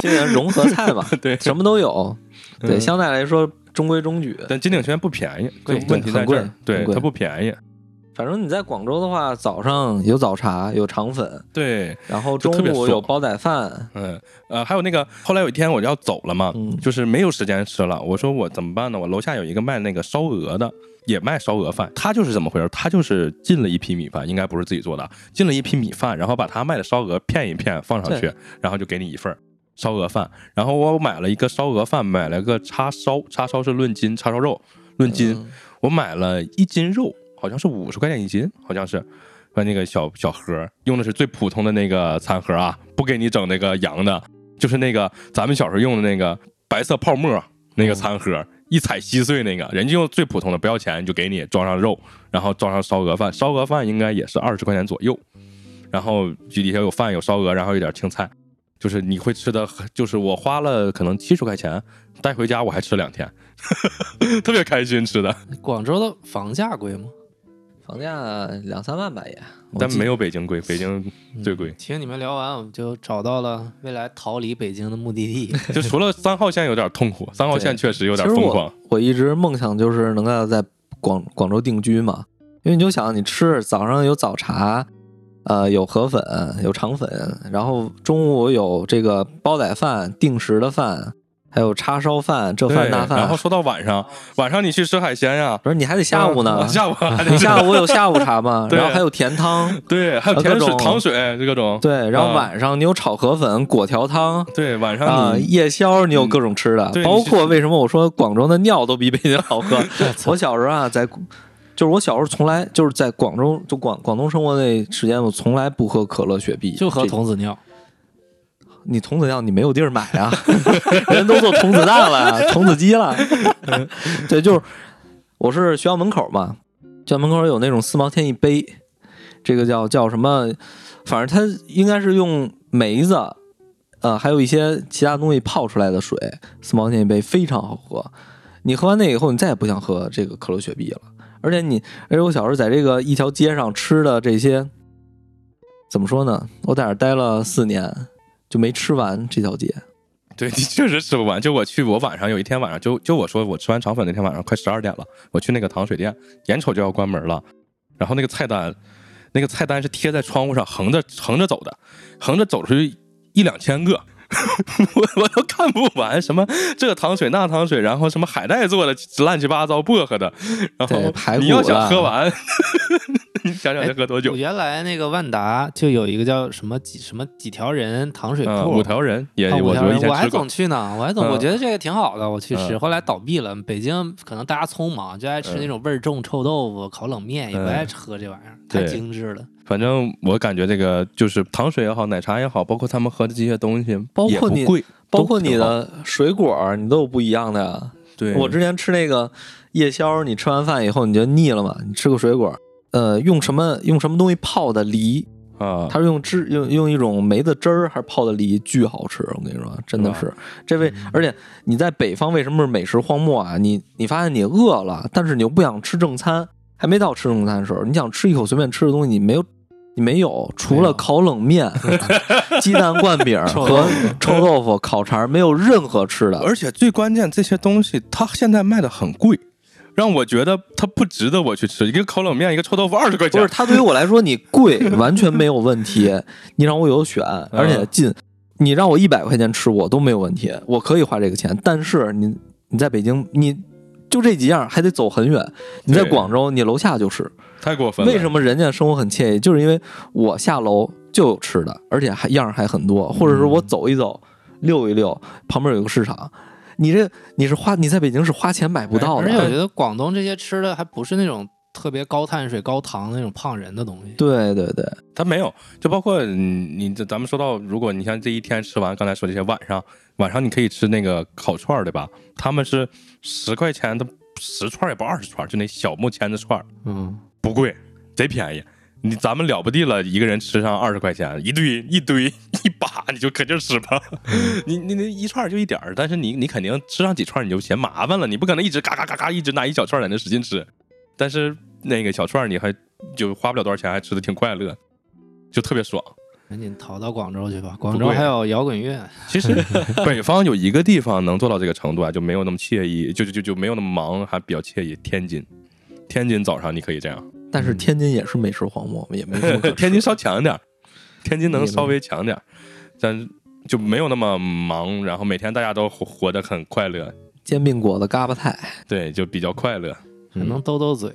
这个融合菜嘛，
[LAUGHS] 对
什么都有。对，
嗯
相对来说中规中矩。
但金鼎轩不便宜，
贵
就问题
对
在
很
这
贵
儿，对
很贵
它不便宜，
反正你在广州的话，早上有早茶，有肠粉，
对，
然后
就
中
特别
午
爽
有煲仔饭，
嗯呃，还有那个，后来有一天我要走了嘛，
嗯
就是没有时间吃了，我说我怎么办呢？我楼下有一个卖那个烧鹅的，也卖烧鹅饭，他就是怎么回事？他就是进了一批米饭，应该不是自己做的啊，进了一批米饭，然后把他卖的烧鹅片一片放上去
对，
然后就给你一份儿烧鹅饭。然后我买了一个烧鹅饭，买了个叉烧，叉烧是论斤，叉烧肉论斤，
嗯
我买了一斤肉，好像是五十块钱一斤，好像是。和那个小小盒儿用的是最普通的那个餐盒啊，不给你整那个洋的，就是那个咱们小时候用的那个白色泡沫那
嗯
个餐盒，一踩稀碎那个，人家用最普通的，不要钱就给你装上肉，然后装上烧鹅饭，烧鹅饭应该也是二十块钱左右，然后就里头有饭有烧鹅，然后有点青菜，就是你会吃的，就是我花了可能七十块钱带回家，我还吃两天， [LAUGHS] 特别开心吃的，
广州的房价贵吗？
房价两三万吧也。我
但
记
没有北京贵，北京最贵。
听你们聊完，我们就找到了未来逃离北京的目的 [LAUGHS] 地。
就除了三号线有点痛苦，三号线确实有点
其实
疯
我
狂。
我一直梦想就是能够在广广州定居嘛，因为你就想你吃早上有早茶，呃，有河粉，有肠粉，然后中午有这个煲仔饭、定时的饭，还有叉烧饭，这
对，
饭那
然后
饭。
说到晚上，晚上你去吃海鲜呀、啊
不是你还得下午呢，
[LAUGHS] 下午还
你
得
下午有下午茶嘛，
[LAUGHS] 对
然后还有甜汤，
对，还有
啊各
甜水、
种
糖水这各种。
对，然后
啊
晚上你有炒河粉、果条汤。
对晚
啊，
上你
夜宵你有各种吃的
嗯对，
包
你是
括为什么我说广州的尿都比北京好
[LAUGHS]
喝。我小时候啊，在就是我小时候从来就是在广州就广广东生活那时间，我从来不喝可乐、雪碧，
就喝
这
童子尿，
你童子尿你没有地儿买啊， [LAUGHS] 人都做童子蛋了、啊童子鸡了。 [LAUGHS] 对，就是我是学校门口嘛，学校门口有那种四毛钱一杯，这个叫叫什么？反正它应该是用梅子，呃，还有一些其他东西泡出来的水，四毛钱一杯，非常好喝。你喝完那以后，你再也不想喝这个可乐雪碧了。而且你，而且我小时候在这个一条街上吃的这些，怎么说呢？我在那儿待了四年，就没吃完这条街。
对你确实吃不完。就我去，我晚上有一天晚上就就我说我吃完肠粉那天晚上快十二点了，我去那个糖水店，眼瞅就要关门了，然后那个菜单，那个菜单是贴在窗户上横着横着走的，横着走出去一两千个。 [LAUGHS] 我我都看不完，什么这糖水那糖水，然后什么海带做的乱七八糟薄荷的，然
对
后
排骨
你要想
啦
喝完， [LAUGHS] 你想想得喝多久
我？原来那个万达就有一个叫什么几什么几条人糖水
嗯，
铺，
五条人也
啊五
我
条
我以
人，
前
我还
吃过
总，去呢，我还总
嗯
我觉得这个挺好的，我去吃，
嗯
后来倒闭了。北京可能大家匆忙，就爱吃那种味儿重臭豆腐、烤冷面，也不
嗯
爱喝这玩意儿，太
对
精致了。
反正我感觉这个就是糖水也好，奶茶也好，包括他们喝的这些东西，
包括
也
你
不贵，
包括你
都挺好，
的水果儿，你都有不一样的呀。
对，
我之前吃那个夜宵，你吃完饭以后你就腻了嘛，你吃个水果儿，呃，用什么用什么东西泡的梨，
啊，
它是用汁用用一种梅子汁儿还是泡的梨，巨好吃。我跟你说，真的
是嗯
是这位，而且你在北方为什么是美食荒漠啊？你你发现你饿了，但是你又不想吃正餐，还没到吃正餐的时候，你想吃一口随便吃的东西，你没有。你没有，除
没
了
有
烤冷
[LAUGHS]
面、鸡蛋灌饼儿
臭
和
豆腐
臭豆腐、烤肠儿，没有任何
[LAUGHS]
吃的。
而且最关键，这些东西它现在卖的很贵，让我觉得它不值得我去吃。一个烤冷面，一个臭豆腐二十块
不
钱
是，，它对于我来说，你贵 [LAUGHS] 完全没有问题，你让我有选，
嗯
而且近，你让我一百块钱吃我都没有问题，我可以花这个钱。但是你你在北京，你就这几样还得走很远，你在
对
广州，你楼下就是。
太过分了。
为什？么人家生活很惬意？就是因为我下楼就有吃的，而且还样儿还很多，
嗯
或者是我走一走、溜一溜，旁边有个市场。你这你是花你在北京是花钱买不到
哎而
的
且，我觉得广东这些吃的还不是那种特别高碳水、高糖那种胖人的东西。
对对对，
它没有，就包括嗯你这咱们说到，如果你像这一天吃完，刚才说这些，晚上晚上你可以吃那个烤串儿，对吧？他们是十块钱的十串儿也不二十串儿，就那小木签子串儿。
嗯，
不贵，贼便宜。你咱们了不地了，一个人吃上二十块钱，一堆一堆 [LAUGHS] 一把你就可劲儿吃吧， [LAUGHS] 你你那一串儿就一点儿，但是你你肯定吃上几串儿你就嫌麻烦了，你不可能一直嘎嘎嘎嘎一直拿一小串儿在那使劲吃，但是那个小串儿你还就花不了多少钱，还吃的挺快乐，就特别爽。
赶紧逃到广州去吧，广
不
州
贵
还有摇滚乐。
其实北方有一个地方能做到这个程度啊，就没有那么惬意，就就就就没有那么忙，还比较惬意。天津，天津早上你可以这样，
但
嗯
是天津也是美食荒漠，也没什么可吃
[LAUGHS]
的 [LAUGHS]
[LAUGHS] 天津稍强点儿，天津能
也没
稍微强点儿，但就没有那么忙，然后每天大家都活活得很快乐，
煎饼果子、嘎巴菜，
对，就比较快乐。
还能兜兜嘴。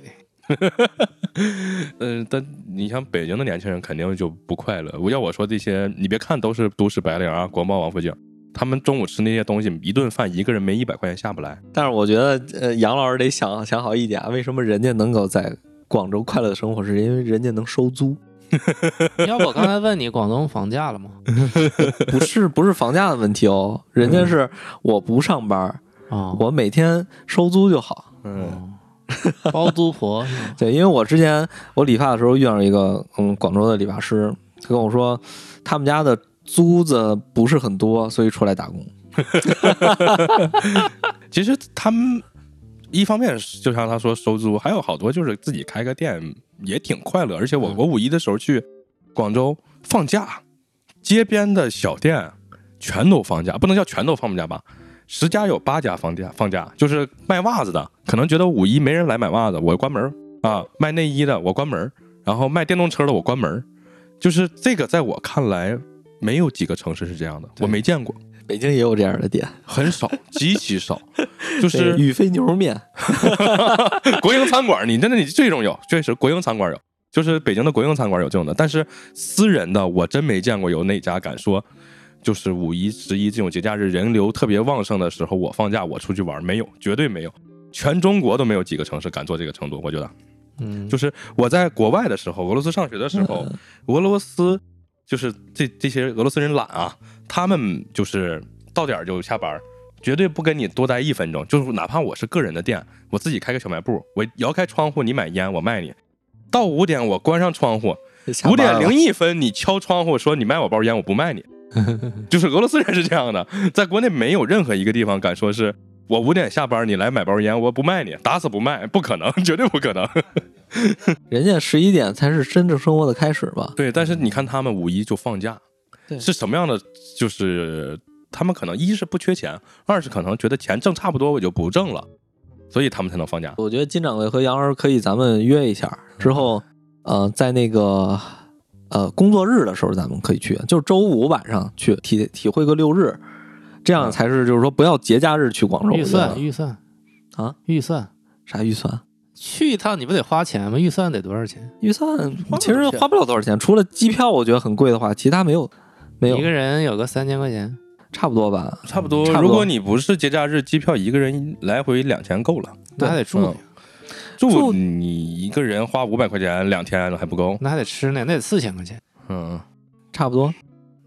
嗯，但你像北京的年轻人肯定就不快乐。我要我说这些，你别看都是都市白领啊，国贸王府井，他们中午吃那些东西，一顿饭一个人没一百块钱下不来。
但是我觉得，呃，杨老师得想想好一点，啊为什么人家能够在广州快乐的生活，是因为人家能收 [LAUGHS] 租，
要不我刚才问你广东房价了吗？
不是不是房价的问题哦，人家是我不上班，
哦，
我每天收租就好。
嗯，
哦包租婆是吗
对，因为我之前我理发的时候遇上一个嗯广州的理发师，他跟我说他们家的租子不是很多，所以出来打工。
其实他们一方面是就像他说收租，还有好多就是自己开个店也挺快乐。而且我
嗯
我五一的时候去广州放假，街边的小店全都放假，不能叫全都放假吧。十家有八家放假，放假就是卖袜子的，可能觉得五一没人来买袜子，我关门儿啊；卖内衣的我关门儿，然后卖电动车的我关门儿，就是这个在我看来，没有几个城市是这样的，我没见过，
北京也有这样的店，
很少，极其少，就是
对宇飞牛肉面，
[LAUGHS] 国营餐馆儿，你真的你这种有，确实国营餐馆儿有，就是北京的国营餐馆儿有这种的，但是私人的我真没见过有哪家敢说，就是五一、十一这种节假日人流特别旺盛的时候，我放假我出去玩儿，没有，绝对没有，全中国都没有几个城市敢做这个程度，我觉得。
嗯，
就是我在国外的时候，俄罗斯上学的时候，
嗯
俄罗斯就是这这些俄罗斯人懒啊，他们就是到点儿就下班儿，绝对不跟你多待一分钟。就是哪怕我是个人的店，我自己开个小卖部，我摇开窗户，你买烟，我卖你。到五点我关上窗户，
下
五
班
点
了
零一分你敲窗户说你卖我包烟，我不
[LAUGHS]
卖你。就是俄罗斯人是这样的，在国内没有任何一个地方敢说是我五点下班你来买包烟，我不卖你，打死不卖，不可能， [LAUGHS] 绝对不可能。
人家十一点才是真正生活的开始吧？
对，但是你看他们五一就放假，
嗯对
是什么样的？就是他们可能一是不缺钱，二是可能觉得钱挣差不多我就不挣了，所以他们才能放假。
我觉得金掌柜和杨老师可以咱们约一下，之后，呃，在那个呃工作日的时候咱们可以去，就是周五晚上去体体会个六日，这样才是就是说不要节假日去广州。
预
我觉
算
得
预算
啊，
预算
啥预算？
去一趟你不得花钱吗？预算得多少钱？
预算
花不了
其实
多少钱
花不了多少钱，除了机票我觉得很贵的话，其他没有没有
一个人有个三千块钱，
差不多吧。
差不多
差不多
如果你不是节假日，机票一个人来回两千够了，
那还得住呢，
住
住
你一个人花五百块钱两天还不够。
那还得吃呢，那得四千块钱。
嗯，
差不多，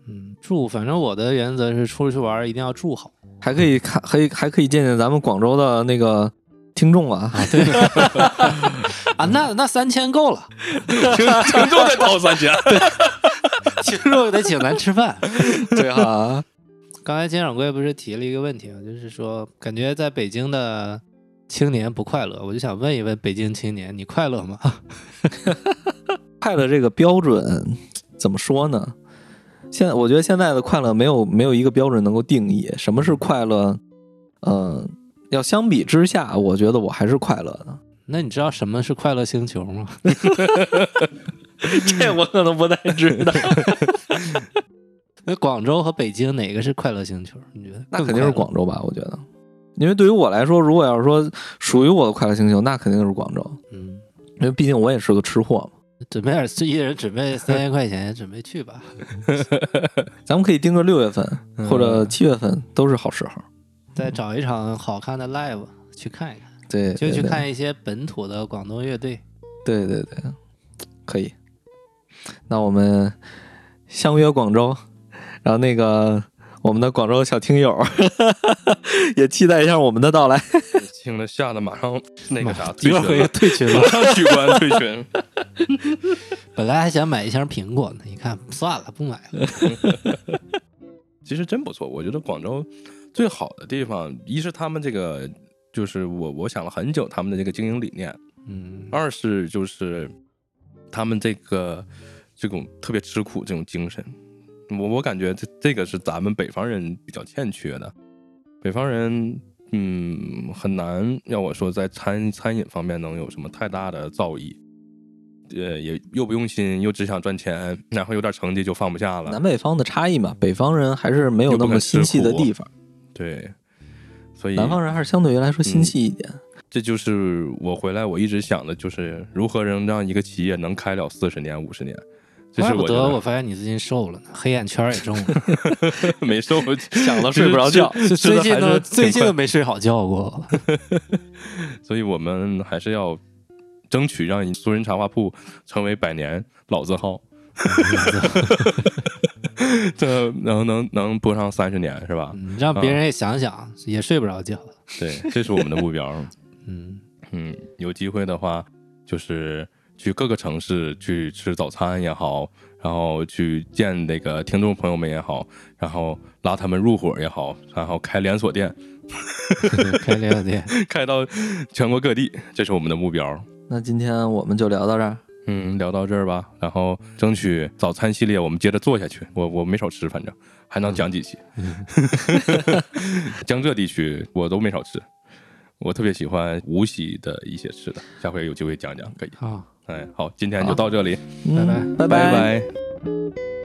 嗯，住，反正我的原则是出去玩儿一定要住好。
还可以看，还还可以见见咱们广州的那个听众啊，
啊，那那三千够 [LAUGHS] 了，
听听众在掏三千，
听说得请咱吃饭。
[LAUGHS] 对啊，
刚才金掌柜不是提了一个问题吗？就是说，感觉在北京的青年不快乐，我就想问一问北京青年，你快乐吗？ [LAUGHS]
快乐这个标准怎么说呢？现在我觉得现在的快乐没有没有一个标准能够定义什么是快乐。嗯、要相比之下，我觉得我还是快乐的。
那你知道什么是快乐星球吗？
[LAUGHS] 这我可能不太知道，
[LAUGHS] 那广州和北京哪个是快乐星球？你觉得？
那肯定是。广州吧？我觉得，因为对于我来说，如果要是说属于我的快乐星球，那肯定是广州，
嗯，
因为毕竟我也是个吃货嘛。
准备点，一人准备三千块钱，准备去吧。
咱们可以定个六月份
嗯
或者七月份都是好时候。
再找一场好看的 live 去看一看，
对，
就
对
去
对
看一些本土的广东乐队。
对对对，可以。那我们相约广州，然后那个我们的广州小听友 [LAUGHS] 也期待一下我们的到来。
听了吓得马上那个啥，
一
退
[LAUGHS]
会
群
儿回退群
了，马
了。
上取关退群。
本来还想买一箱苹果呢，一看算了，不买了。
其实真不错。我觉得广州最好的地方，一是他们这个就是我我想了很久他们的这个经营理念， [LAUGHS]
嗯，
二是就是他们这个这种特别吃苦这种精神，我我感觉这这个是咱们北方人比较欠缺的。北方人，嗯，很难让我说在餐餐饮方面能有什么太大的造诣。呃，也又不用心，又只想赚钱，然后有点成绩就放不下了。
南北方的差异嘛，北方人还是没有那么心细的地方，
对，所以
南方人还是相对于来
嗯
说心细一点。
这就是我回来我一直想的，就是如何能让一个企业能开了四十年、五十年。这
怪
是
不
我觉
得
得
我发现你最近瘦了呢，黑眼圈也重了，
[LAUGHS] 没瘦，
[LAUGHS]
想
到睡不着觉
就最近都
呢，
最近都没睡好觉过。
所以我们还是要争取让苏人茶话铺成为百年老字号，这能能能播上三十年是吧？
嗯让别人也想
啊
想，也睡不着觉。
对，这是我们的目标。
嗯， [LAUGHS]
嗯，有机会的话，就是去各个城市去吃早餐也好，然后去见那个听众朋友们也好，然后拉他们入伙也好，然后开连锁店，
开连锁店，
开到全国各地，这是我们的目标。
[LAUGHS] 那今天我们就聊到这儿，
嗯，聊到这儿吧，然后争取早餐系列我们接着做下去。我我没少吃，反正还能讲几期。 [LAUGHS] 江浙地区我都没少吃，我特别喜欢无锡的一些吃的，下
啊
回有机会讲讲可以。
好，
哎，好，今天就到这里，
嗯拜
拜拜
拜拜